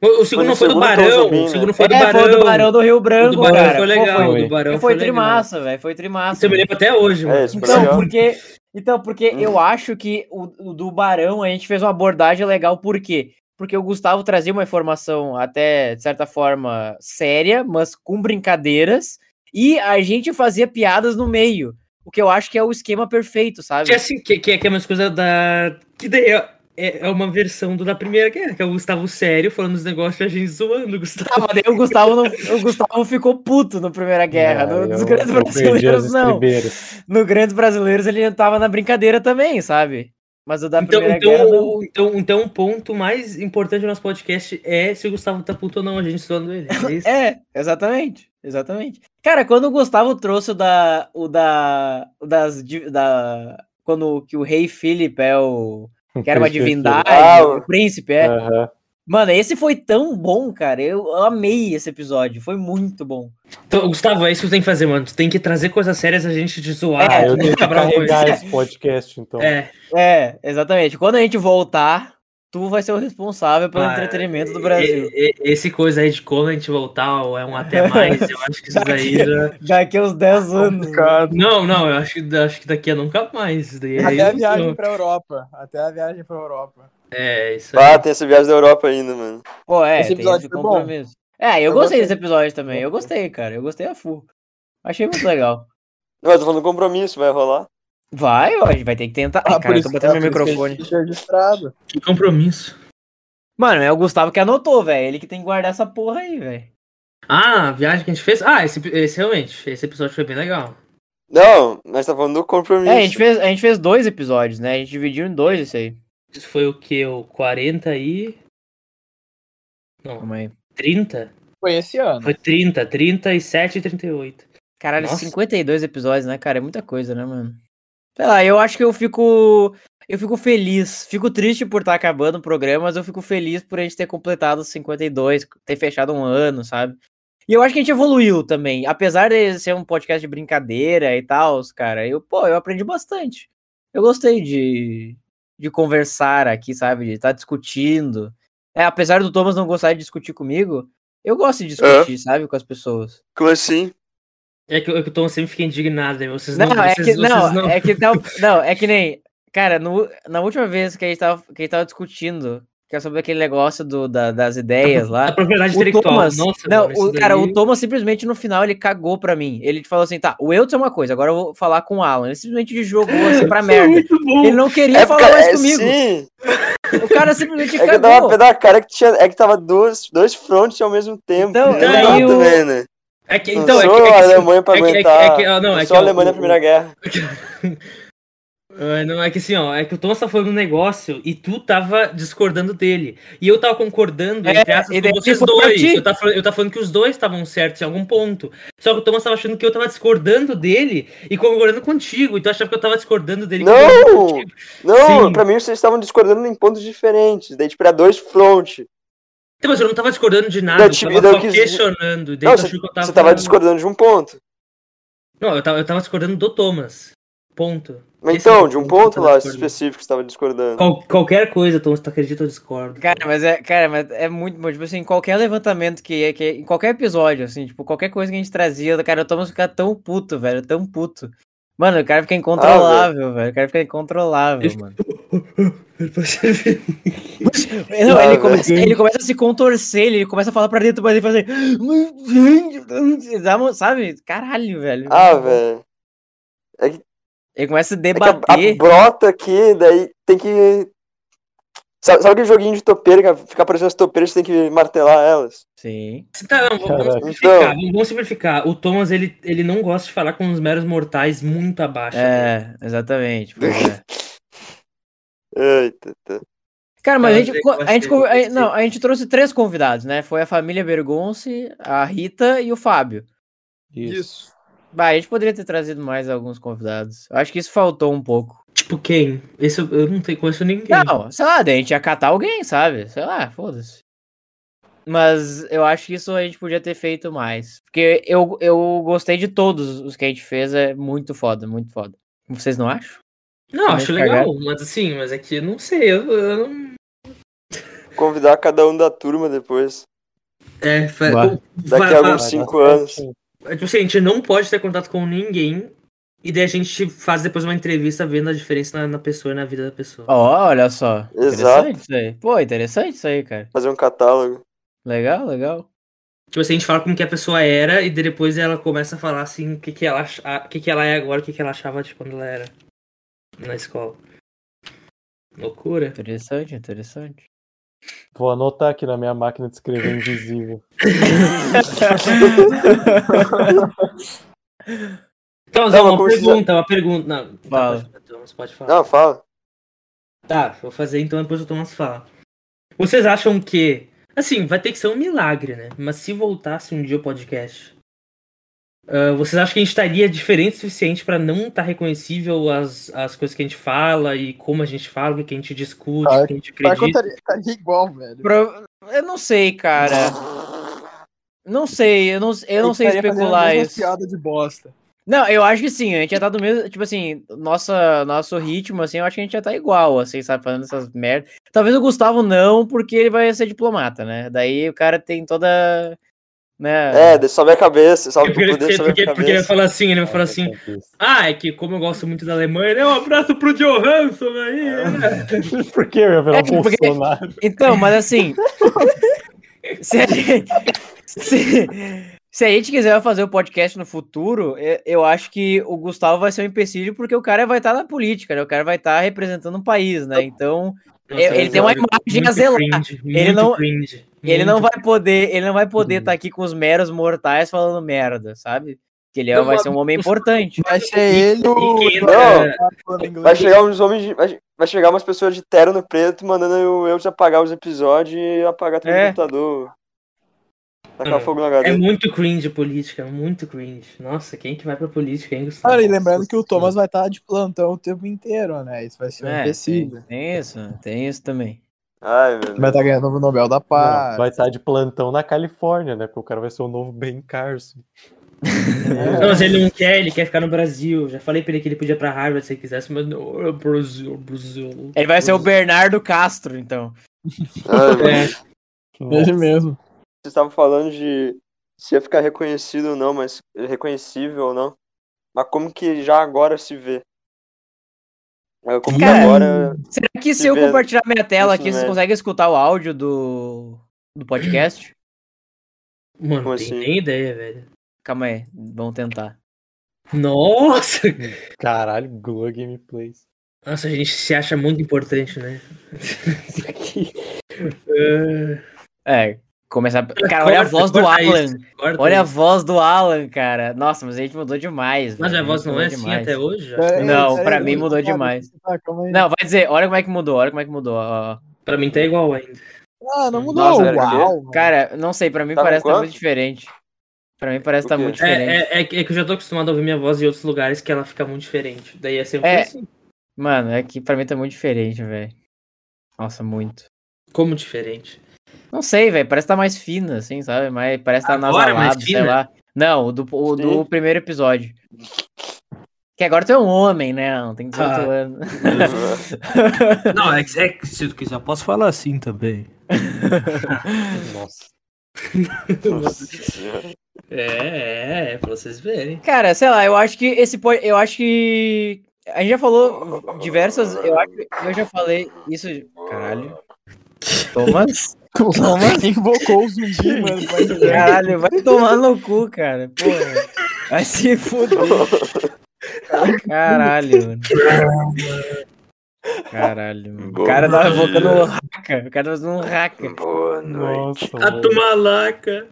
[SPEAKER 5] O, o segundo não
[SPEAKER 4] Mas o
[SPEAKER 5] foi do
[SPEAKER 4] segundo eu tô
[SPEAKER 5] Barão.
[SPEAKER 4] ouvindo,
[SPEAKER 5] O segundo
[SPEAKER 4] né?
[SPEAKER 5] foi do
[SPEAKER 1] é,
[SPEAKER 5] Barão.
[SPEAKER 1] foi o do Barão do Rio
[SPEAKER 5] O
[SPEAKER 1] Branco,
[SPEAKER 5] do Barão
[SPEAKER 1] cara.
[SPEAKER 5] foi legal.
[SPEAKER 1] Pô,
[SPEAKER 5] o
[SPEAKER 1] foi, É,
[SPEAKER 5] do Barão
[SPEAKER 1] foi,
[SPEAKER 5] foi legal.
[SPEAKER 1] trimassa, velho, foi
[SPEAKER 5] Isso
[SPEAKER 1] trimassa.
[SPEAKER 5] eu me lembro até hoje, mano.
[SPEAKER 4] É,
[SPEAKER 3] Tá
[SPEAKER 4] super
[SPEAKER 1] Então,
[SPEAKER 4] legal.
[SPEAKER 1] porque, então, porque
[SPEAKER 3] Uhum.
[SPEAKER 1] eu acho que o, o do Barão a gente fez uma abordagem legal, por quê? Porque o Gustavo trazia uma informação até, de certa forma, séria, mas com brincadeiras, e a gente fazia piadas no meio. o que eu acho que é o esquema perfeito, sabe?
[SPEAKER 5] Que, assim, que, que, que é umas coisas da. Que daí é, é, é uma versão do da primeira guerra, que é o Gustavo sério falando os negócios e a gente zoando o
[SPEAKER 1] Ah,
[SPEAKER 5] Gustavo.
[SPEAKER 1] mas daí o Gustavo, não, o Gustavo ficou puto na Primeira Guerra.
[SPEAKER 3] Não,
[SPEAKER 1] No- nos
[SPEAKER 3] É, Ah, eu-
[SPEAKER 1] grandes
[SPEAKER 3] eu perdi as
[SPEAKER 1] brasileiros, não.
[SPEAKER 3] estribeiras.
[SPEAKER 1] No Grandes Brasileiros ele tava na brincadeira também, sabe? Mas o da
[SPEAKER 5] Então,
[SPEAKER 1] Primeira
[SPEAKER 5] então,
[SPEAKER 1] Guerra não.
[SPEAKER 5] o- então, então, o ponto mais importante do nosso podcast é se o Gustavo tá puto ou não, a gente zoando ele. É isso.
[SPEAKER 1] É, exatamente. Exatamente. Cara, quando o Gustavo trouxe o da. O da. O das. di- Da, quando que o rei Felipe é o. Que era uma divindade,
[SPEAKER 4] Ah, o-
[SPEAKER 1] o príncipe, é.
[SPEAKER 3] Aham.
[SPEAKER 1] Mano, esse foi tão bom, cara. Eu amei esse episódio. Foi muito bom.
[SPEAKER 5] Então, Gustavo, é isso que tu tem que fazer, mano. Tu tem que trazer coisas sérias a gente te zoar.
[SPEAKER 3] Ah,
[SPEAKER 5] tu
[SPEAKER 3] eu
[SPEAKER 5] tem
[SPEAKER 3] tenho
[SPEAKER 5] que
[SPEAKER 3] que
[SPEAKER 5] quebrar o
[SPEAKER 3] carregar
[SPEAKER 5] olho.
[SPEAKER 3] esse podcast, então.
[SPEAKER 5] É,
[SPEAKER 1] É, exatamente. Quando a gente voltar, tu vai ser o responsável pelo
[SPEAKER 5] Ah,
[SPEAKER 1] entretenimento do Brasil.
[SPEAKER 5] e- e- esse coisa aí de quando a gente voltar ou é um até mais, eu acho que isso daí já...
[SPEAKER 1] Daqui a uns 10 anos.
[SPEAKER 5] Não, não, eu acho que, acho que daqui a nunca mais. isso daí é
[SPEAKER 2] Até a
[SPEAKER 5] isso.
[SPEAKER 2] viagem pra Europa. Até a viagem pra Europa.
[SPEAKER 5] É, isso aí.
[SPEAKER 4] Ah, tem essa viagem da Europa ainda, mano.
[SPEAKER 1] Pô, é,
[SPEAKER 2] Esse
[SPEAKER 1] tem
[SPEAKER 2] episódio
[SPEAKER 1] esse
[SPEAKER 2] foi bom.
[SPEAKER 1] compromisso. É, eu,
[SPEAKER 2] Eu
[SPEAKER 1] gostei
[SPEAKER 2] gostei.
[SPEAKER 1] desse episódio também. Eu gostei, cara. Eu gostei a full. Achei muito legal.
[SPEAKER 4] Não, eu tô falando compromisso, vai rolar.
[SPEAKER 1] Vai, ó, a gente vai ter que tentar. Ai, cara, eu tô botando
[SPEAKER 2] ah,
[SPEAKER 1] meu
[SPEAKER 2] por isso que
[SPEAKER 1] microfone.
[SPEAKER 2] Deixa registrado.
[SPEAKER 5] Que compromisso.
[SPEAKER 1] Mano, é o Gustavo que anotou, velho. Ele que tem que guardar essa porra aí, velho.
[SPEAKER 5] Ah, a viagem que a gente fez. Ah, esse, esse realmente, esse episódio foi bem legal.
[SPEAKER 4] Não, nós tá falando do compromisso.
[SPEAKER 1] É, a gente, fez, a gente fez dois episódios, né? A gente dividiu em dois isso aí.
[SPEAKER 5] Isso foi o que? O 40 e. Não,
[SPEAKER 1] Calma aí.
[SPEAKER 5] 30?
[SPEAKER 2] Foi esse ano.
[SPEAKER 5] Foi 30, 37 e 38.
[SPEAKER 1] Caralho,
[SPEAKER 5] Nossa.
[SPEAKER 1] 52 episódios, né, cara? É muita coisa, né, mano? Sei lá, eu acho que eu fico. Eu fico feliz. Fico triste por estar acabando o programa, mas eu fico feliz por a gente ter completado os 52, ter fechado um ano, sabe? E eu acho que a gente evoluiu também. Apesar de ser um podcast de brincadeira e tal, cara, eu, pô, eu aprendi bastante. Eu gostei de, de conversar aqui, sabe? De estar discutindo. É, apesar do Thomas não gostar de discutir comigo, eu gosto de discutir, sabe, com as pessoas.
[SPEAKER 4] Como assim?
[SPEAKER 5] É que, eu- é que o Tom sempre fica indignado, né? Vocês não.
[SPEAKER 1] Não, é
[SPEAKER 5] vocês-
[SPEAKER 1] que,
[SPEAKER 5] vocês
[SPEAKER 1] não, é que não, não, é que nem, cara, no- na última vez que a gente tava, que a gente tava discutindo, que é sobre aquele negócio do, da- das ideias
[SPEAKER 5] A
[SPEAKER 1] lá,
[SPEAKER 5] propriedade
[SPEAKER 1] o
[SPEAKER 5] intelectual.
[SPEAKER 1] Thomas,
[SPEAKER 5] Nossa,
[SPEAKER 1] não,
[SPEAKER 5] mano, isso
[SPEAKER 1] o, cara,
[SPEAKER 5] daí-
[SPEAKER 1] o Thomas simplesmente no final ele cagou pra mim, ele falou assim, tá, o Eudes é uma coisa, agora eu vou falar com o Alan, ele simplesmente jogou assim pra
[SPEAKER 5] Isso é
[SPEAKER 1] merda,
[SPEAKER 5] muito bom.
[SPEAKER 1] ele não queria
[SPEAKER 4] é,
[SPEAKER 1] falar
[SPEAKER 4] porque-
[SPEAKER 1] mais
[SPEAKER 4] é,
[SPEAKER 1] comigo,
[SPEAKER 4] Sim,
[SPEAKER 1] o cara simplesmente
[SPEAKER 4] é que eu tava
[SPEAKER 1] cagou.
[SPEAKER 4] pé da cara que tinha. É que tava dois, dois fronts ao mesmo tempo.
[SPEAKER 1] Então,
[SPEAKER 4] né?
[SPEAKER 5] daí
[SPEAKER 4] Tá
[SPEAKER 1] o-
[SPEAKER 4] também, né?
[SPEAKER 5] É que,
[SPEAKER 4] Não
[SPEAKER 5] então, é que,
[SPEAKER 4] sou
[SPEAKER 5] é
[SPEAKER 4] a
[SPEAKER 5] que,
[SPEAKER 4] Alemanha pra
[SPEAKER 5] é que- é que-
[SPEAKER 4] aguentar.
[SPEAKER 5] é que- ó, não,
[SPEAKER 4] eu
[SPEAKER 5] é
[SPEAKER 4] sou
[SPEAKER 5] que
[SPEAKER 4] a
[SPEAKER 5] o-
[SPEAKER 4] Alemanha na
[SPEAKER 5] o-
[SPEAKER 4] Primeira Guerra.
[SPEAKER 5] Ah, não, é que assim, ó, é que o Thomas tá falando um negócio e tu tava discordando dele. E eu tava concordando,
[SPEAKER 1] É,
[SPEAKER 5] entre aspas,
[SPEAKER 1] e daí
[SPEAKER 5] com vocês
[SPEAKER 4] tipo,
[SPEAKER 1] foi pra
[SPEAKER 5] dois.
[SPEAKER 1] ti.
[SPEAKER 5] Eu tava, fal- eu tava falando que os dois estavam certos em algum ponto. Só que o Thomas tava achando que eu tava discordando dele e concordando contigo. E tu achava que eu tava discordando dele. e
[SPEAKER 4] Não!
[SPEAKER 5] concordando contigo.
[SPEAKER 4] Não,
[SPEAKER 5] Sim.
[SPEAKER 4] pra mim vocês estavam discordando em pontos diferentes. Daí, tipo, era dois fronts.
[SPEAKER 5] Então, mas eu não tava discordando de nada,
[SPEAKER 4] Não,
[SPEAKER 5] eu
[SPEAKER 4] tipo,
[SPEAKER 5] tava
[SPEAKER 4] não,
[SPEAKER 5] só
[SPEAKER 4] que-
[SPEAKER 5] questionando. Daí
[SPEAKER 4] Não,
[SPEAKER 5] tu achou que eu tava...
[SPEAKER 4] Você tava discordando de um ponto.
[SPEAKER 5] Não, eu tava, eu tava discordando do Thomas. Ponto.
[SPEAKER 4] Mas
[SPEAKER 5] Esse é
[SPEAKER 4] então,
[SPEAKER 5] o
[SPEAKER 4] de um
[SPEAKER 5] ponto que
[SPEAKER 4] ponto
[SPEAKER 5] eu
[SPEAKER 4] lá
[SPEAKER 5] tava discordando.
[SPEAKER 4] específico que você tava discordando.
[SPEAKER 5] Qual- qualquer coisa, Thomas, tu acredita ou discorda.
[SPEAKER 1] Cara, mas é, cara, mas é muito bom. Tipo assim, qualquer levantamento que, que. Em qualquer episódio, assim, tipo, qualquer coisa que a gente trazia, cara, o Thomas fica tão puto, velho, tão puto. Mano, o cara fica incontrolável, velho. O cara fica incontrolável,
[SPEAKER 5] Ele-
[SPEAKER 1] mano.
[SPEAKER 5] Ele parece-
[SPEAKER 1] Não, ele,
[SPEAKER 4] velho.
[SPEAKER 1] começa, ele começa a se contorcer, ele começa a falar pra dentro, mas ele faz assim. dá uma- Sabe? Caralho, velho.
[SPEAKER 4] Ah, velho.
[SPEAKER 1] Ele começa a se
[SPEAKER 4] É que a, a
[SPEAKER 1] debater.
[SPEAKER 4] brota aqui, daí tem que. Sabe, sabe aquele joguinho de topeira que fica aparecendo as topeiras você tem que martelar elas?
[SPEAKER 1] Sim.
[SPEAKER 5] Tá, não, vamos
[SPEAKER 3] Caraca.
[SPEAKER 1] Então.
[SPEAKER 5] simplificar. Vamos simplificar. O Thomas, ele, ele não gosta de falar com os meros mortais muito abaixo. dele.
[SPEAKER 1] É, exatamente. pô, é.
[SPEAKER 4] Eita, tá.
[SPEAKER 1] Cara, mas
[SPEAKER 5] Cara,
[SPEAKER 1] a
[SPEAKER 5] eu
[SPEAKER 1] gente,
[SPEAKER 5] achei- eu
[SPEAKER 1] a, gente,
[SPEAKER 5] achei
[SPEAKER 1] con- a-
[SPEAKER 5] interessante.
[SPEAKER 1] não, a gente trouxe três convidados, né? Foi a família Bergonce, a Rita e o Fábio.
[SPEAKER 3] Isso.
[SPEAKER 2] Isso.
[SPEAKER 1] Bah, a gente poderia ter trazido mais alguns convidados. Eu acho que isso faltou um pouco.
[SPEAKER 5] Tipo, quem? Esse eu, eu não tenho, conheço ninguém.
[SPEAKER 1] Não, sei lá, daí a gente ia catar alguém, sabe? Sei lá, foda-se. Mas eu acho que isso a gente podia ter feito mais. Porque eu, eu gostei de todos os que a gente fez, é muito foda, muito foda. Vocês não acham?
[SPEAKER 5] Não, acho
[SPEAKER 1] Também
[SPEAKER 5] legal, mas assim, mas é que eu não sei, eu, eu não.
[SPEAKER 4] Convidar cada um da turma depois.
[SPEAKER 5] É, fa-
[SPEAKER 1] Bah.
[SPEAKER 5] com-
[SPEAKER 4] Daqui
[SPEAKER 5] fa-
[SPEAKER 4] a alguns
[SPEAKER 5] fa-
[SPEAKER 4] cinco anos.
[SPEAKER 5] é, Tipo assim, a gente não pode ter contato com ninguém. E daí a gente faz depois uma entrevista vendo a diferença na, na pessoa e na vida da pessoa.
[SPEAKER 1] Ó, olha só.
[SPEAKER 4] Exato.
[SPEAKER 1] Interessante isso aí. Pô, interessante isso aí, cara.
[SPEAKER 4] Fazer um catálogo.
[SPEAKER 1] Legal, legal.
[SPEAKER 5] Tipo assim, a gente fala como que a pessoa era e daí depois ela começa a falar assim o que, que, ela, acha- o que, que ela é agora, o que, que ela achava de quando ela era na escola. Loucura.
[SPEAKER 1] Interessante, interessante.
[SPEAKER 3] Vou anotar aqui na minha máquina de escrever invisível.
[SPEAKER 5] Então,
[SPEAKER 4] Não,
[SPEAKER 5] Zé, uma
[SPEAKER 4] mas como se-
[SPEAKER 5] pergunta, uma pergunta. Não, tá,
[SPEAKER 1] Fala.
[SPEAKER 5] pode- Thomas, pode falar.
[SPEAKER 4] Não, fala.
[SPEAKER 5] Tá, vou fazer então depois o Thomas fala. Vocês acham que. Assim, vai ter que ser um milagre, né? Mas se voltasse um dia o podcast. ah, vocês acham que a gente estaria diferente o suficiente pra não estar reconhecível as, as coisas que a gente fala e como a gente fala, o que a gente discute, o que a gente
[SPEAKER 2] Pior que eu
[SPEAKER 5] acredita?
[SPEAKER 2] estaria- estaria tá igual, velho.
[SPEAKER 1] Pro- Eu não sei, cara.
[SPEAKER 5] É.
[SPEAKER 1] Não sei, eu não, eu não sei
[SPEAKER 2] estaria fazendo a
[SPEAKER 1] especular
[SPEAKER 2] mesma
[SPEAKER 1] isso.
[SPEAKER 2] piada de bosta.
[SPEAKER 1] Não, eu acho que sim, a gente ia estar do mesmo, tipo assim, nossa, nosso ritmo, assim, eu acho que a gente ia estar igual, assim, sabe, fazendo essas merdas. Talvez o Gustavo não, porque ele vai ser diplomata, né? Daí o cara tem toda, né?
[SPEAKER 4] É, sobe a cabeça, sobe
[SPEAKER 5] Porque,
[SPEAKER 4] pro
[SPEAKER 5] ele-
[SPEAKER 4] poder, sobe
[SPEAKER 5] porque-
[SPEAKER 4] a
[SPEAKER 5] porque ele vai
[SPEAKER 4] cabeça.
[SPEAKER 5] falar assim, ele vai falar assim. Ah, é que como eu gosto muito da Alemanha, né? Um abraço pro Johansson
[SPEAKER 4] É.
[SPEAKER 5] aí.
[SPEAKER 3] Por que eu ia virar
[SPEAKER 1] É, porque-
[SPEAKER 3] Bolsonaro?
[SPEAKER 1] Então, mas assim, se, a gente, se, se a gente quiser fazer o podcast no futuro, eu, eu acho que o Gustavo vai ser um empecilho, porque o cara vai estar na política, né? O cara vai estar representando um país, né? Então, Ele-
[SPEAKER 5] é
[SPEAKER 1] ele tem uma imagem a zelar.
[SPEAKER 5] ele
[SPEAKER 1] não-
[SPEAKER 5] não, cringe,
[SPEAKER 1] Ele não
[SPEAKER 5] muito
[SPEAKER 1] vai poder, ele não vai poder
[SPEAKER 3] Uhum.
[SPEAKER 1] estar aqui com os meros mortais falando merda, sabe? Que ele é-
[SPEAKER 5] Não,
[SPEAKER 1] vai
[SPEAKER 5] mas-
[SPEAKER 1] ser um homem importante.
[SPEAKER 2] Vai ser ele o...
[SPEAKER 5] E
[SPEAKER 2] o-
[SPEAKER 5] entra-
[SPEAKER 2] falando
[SPEAKER 1] É.
[SPEAKER 2] inglês.
[SPEAKER 4] Vai chegar uns homens, de- vai, vai chegar umas pessoas de terno preto mandando eu, eu apagar os episódios e apagar todo
[SPEAKER 1] É.
[SPEAKER 4] o computador. Tacar
[SPEAKER 5] Mano,
[SPEAKER 4] fogo no
[SPEAKER 5] É
[SPEAKER 4] HD.
[SPEAKER 5] muito cringe política, muito cringe. Nossa, quem que vai pra política, hein, Gustavo?
[SPEAKER 2] Cara, e lembrando que o Thomas vai estar de plantão o tempo inteiro, né? Isso vai ser um
[SPEAKER 1] É, tem,
[SPEAKER 2] empecilho.
[SPEAKER 1] tem isso, tem isso também.
[SPEAKER 4] Ai, velho.
[SPEAKER 2] Vai estar ganhando o Nobel da Paz.
[SPEAKER 3] Não, vai estar de plantão na Califórnia, né? Porque o cara vai ser o novo Ben Carson.
[SPEAKER 5] Não, mas ele não quer, ele quer ficar no Brasil. Já falei pra ele que ele podia ir pra Harvard se ele quisesse, mas não, é Brasil, Brasil.
[SPEAKER 1] Ele vai ser o Bernardo Castro, então.
[SPEAKER 4] Ai, velho.
[SPEAKER 5] É,
[SPEAKER 2] Ele
[SPEAKER 3] Nossa.
[SPEAKER 2] mesmo.
[SPEAKER 4] Vocês estavam falando de se ia ficar reconhecido ou não, mas reconhecível ou não. Mas como que já agora se vê? É, Como que
[SPEAKER 1] Cara,
[SPEAKER 4] agora.
[SPEAKER 1] Será que se eu
[SPEAKER 4] Tiveram.
[SPEAKER 1] compartilhar minha tela
[SPEAKER 4] Isso
[SPEAKER 1] aqui, vocês
[SPEAKER 4] mesmo.
[SPEAKER 1] conseguem escutar o áudio do, do podcast?
[SPEAKER 5] mano,
[SPEAKER 4] Como
[SPEAKER 5] não
[SPEAKER 4] assim?
[SPEAKER 5] tem nem ideia, velho.
[SPEAKER 1] Calma aí, vamos tentar.
[SPEAKER 5] Nossa!
[SPEAKER 3] Caralho, Glow Gameplays.
[SPEAKER 5] Nossa, a gente se acha muito importante, né? É,
[SPEAKER 1] É, começar. Cara, olha a
[SPEAKER 5] corta,
[SPEAKER 1] voz do
[SPEAKER 5] corta isso,
[SPEAKER 1] Alan.
[SPEAKER 5] corta
[SPEAKER 1] Olha a
[SPEAKER 5] isso.
[SPEAKER 1] voz do Alan, cara. Nossa, mas a gente mudou demais.
[SPEAKER 5] Mas
[SPEAKER 1] velho,
[SPEAKER 5] a voz não
[SPEAKER 1] mudou
[SPEAKER 5] é assim
[SPEAKER 1] demais.
[SPEAKER 5] até hoje? já?
[SPEAKER 2] É,
[SPEAKER 1] Não,
[SPEAKER 2] é,
[SPEAKER 1] pra
[SPEAKER 2] é,
[SPEAKER 1] mim
[SPEAKER 2] é,
[SPEAKER 1] mudou
[SPEAKER 2] calma aí,
[SPEAKER 1] demais.
[SPEAKER 2] tá, calma aí.
[SPEAKER 1] Não, vai dizer, olha como é que mudou, olha como é que mudou. ó, ó.
[SPEAKER 5] Pra mim tá igual ainda.
[SPEAKER 2] Ah, não mudou.
[SPEAKER 4] Nossa, era
[SPEAKER 2] Uau. mano.
[SPEAKER 1] Cara, não sei, pra mim
[SPEAKER 4] Tá com
[SPEAKER 1] parece que tá
[SPEAKER 4] quanto?
[SPEAKER 1] muito diferente. Pra mim parece que
[SPEAKER 4] O
[SPEAKER 1] tá
[SPEAKER 4] quê?
[SPEAKER 1] muito
[SPEAKER 5] É,
[SPEAKER 1] diferente.
[SPEAKER 5] é- é que é que eu já tô acostumado a ouvir minha voz em outros lugares que ela fica muito diferente. Daí é sempre
[SPEAKER 1] É.
[SPEAKER 5] assim.
[SPEAKER 1] Mano, é que pra mim tá muito diferente, velho. Nossa, muito.
[SPEAKER 5] Como diferente?
[SPEAKER 1] Não sei, velho, parece que tá mais fina, assim, sabe? Mas parece que tá
[SPEAKER 5] Agora é mais
[SPEAKER 1] nasalado, sei
[SPEAKER 5] fina?
[SPEAKER 1] lá. Não, o do, o do
[SPEAKER 4] Sim.
[SPEAKER 1] primeiro episódio. Que agora tu é um homem, né? Não tem 18
[SPEAKER 5] Ah.
[SPEAKER 1] anos.
[SPEAKER 5] Não, é que, é que se tu quiser, posso falar assim também.
[SPEAKER 3] Nossa.
[SPEAKER 5] É, é, é pra vocês verem.
[SPEAKER 1] Cara, sei lá, eu acho que esse po- eu acho que a gente já falou diversas, eu acho, que eu já falei isso, caralho. Thomas?
[SPEAKER 2] O Thomas invocou o zumbi, mano. mas-
[SPEAKER 1] Caralho, vai tomar no cu, cara. Porra. Vai se fuder. Caralho, mano. Caralho, mano. O cara tava invocando um raca. O cara tava fazendo um raca.
[SPEAKER 4] Boa
[SPEAKER 3] Nossa.
[SPEAKER 1] Ah,
[SPEAKER 5] A tu malaca.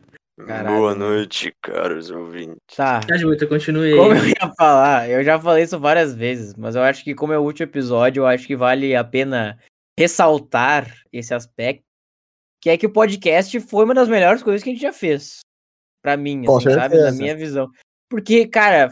[SPEAKER 1] Caralho.
[SPEAKER 4] Boa noite, caros ouvintes.
[SPEAKER 1] Tá.
[SPEAKER 5] Tá, Júlio, continue aí.
[SPEAKER 1] Como eu ia falar, eu já falei isso várias vezes, mas eu acho que como é o último episódio, eu acho que vale a pena ressaltar esse aspecto, que é que o podcast foi uma das melhores coisas que a gente já fez. Pra mim,
[SPEAKER 2] Com
[SPEAKER 1] assim, sabe? Na
[SPEAKER 2] certeza.
[SPEAKER 1] minha visão. Porque, cara,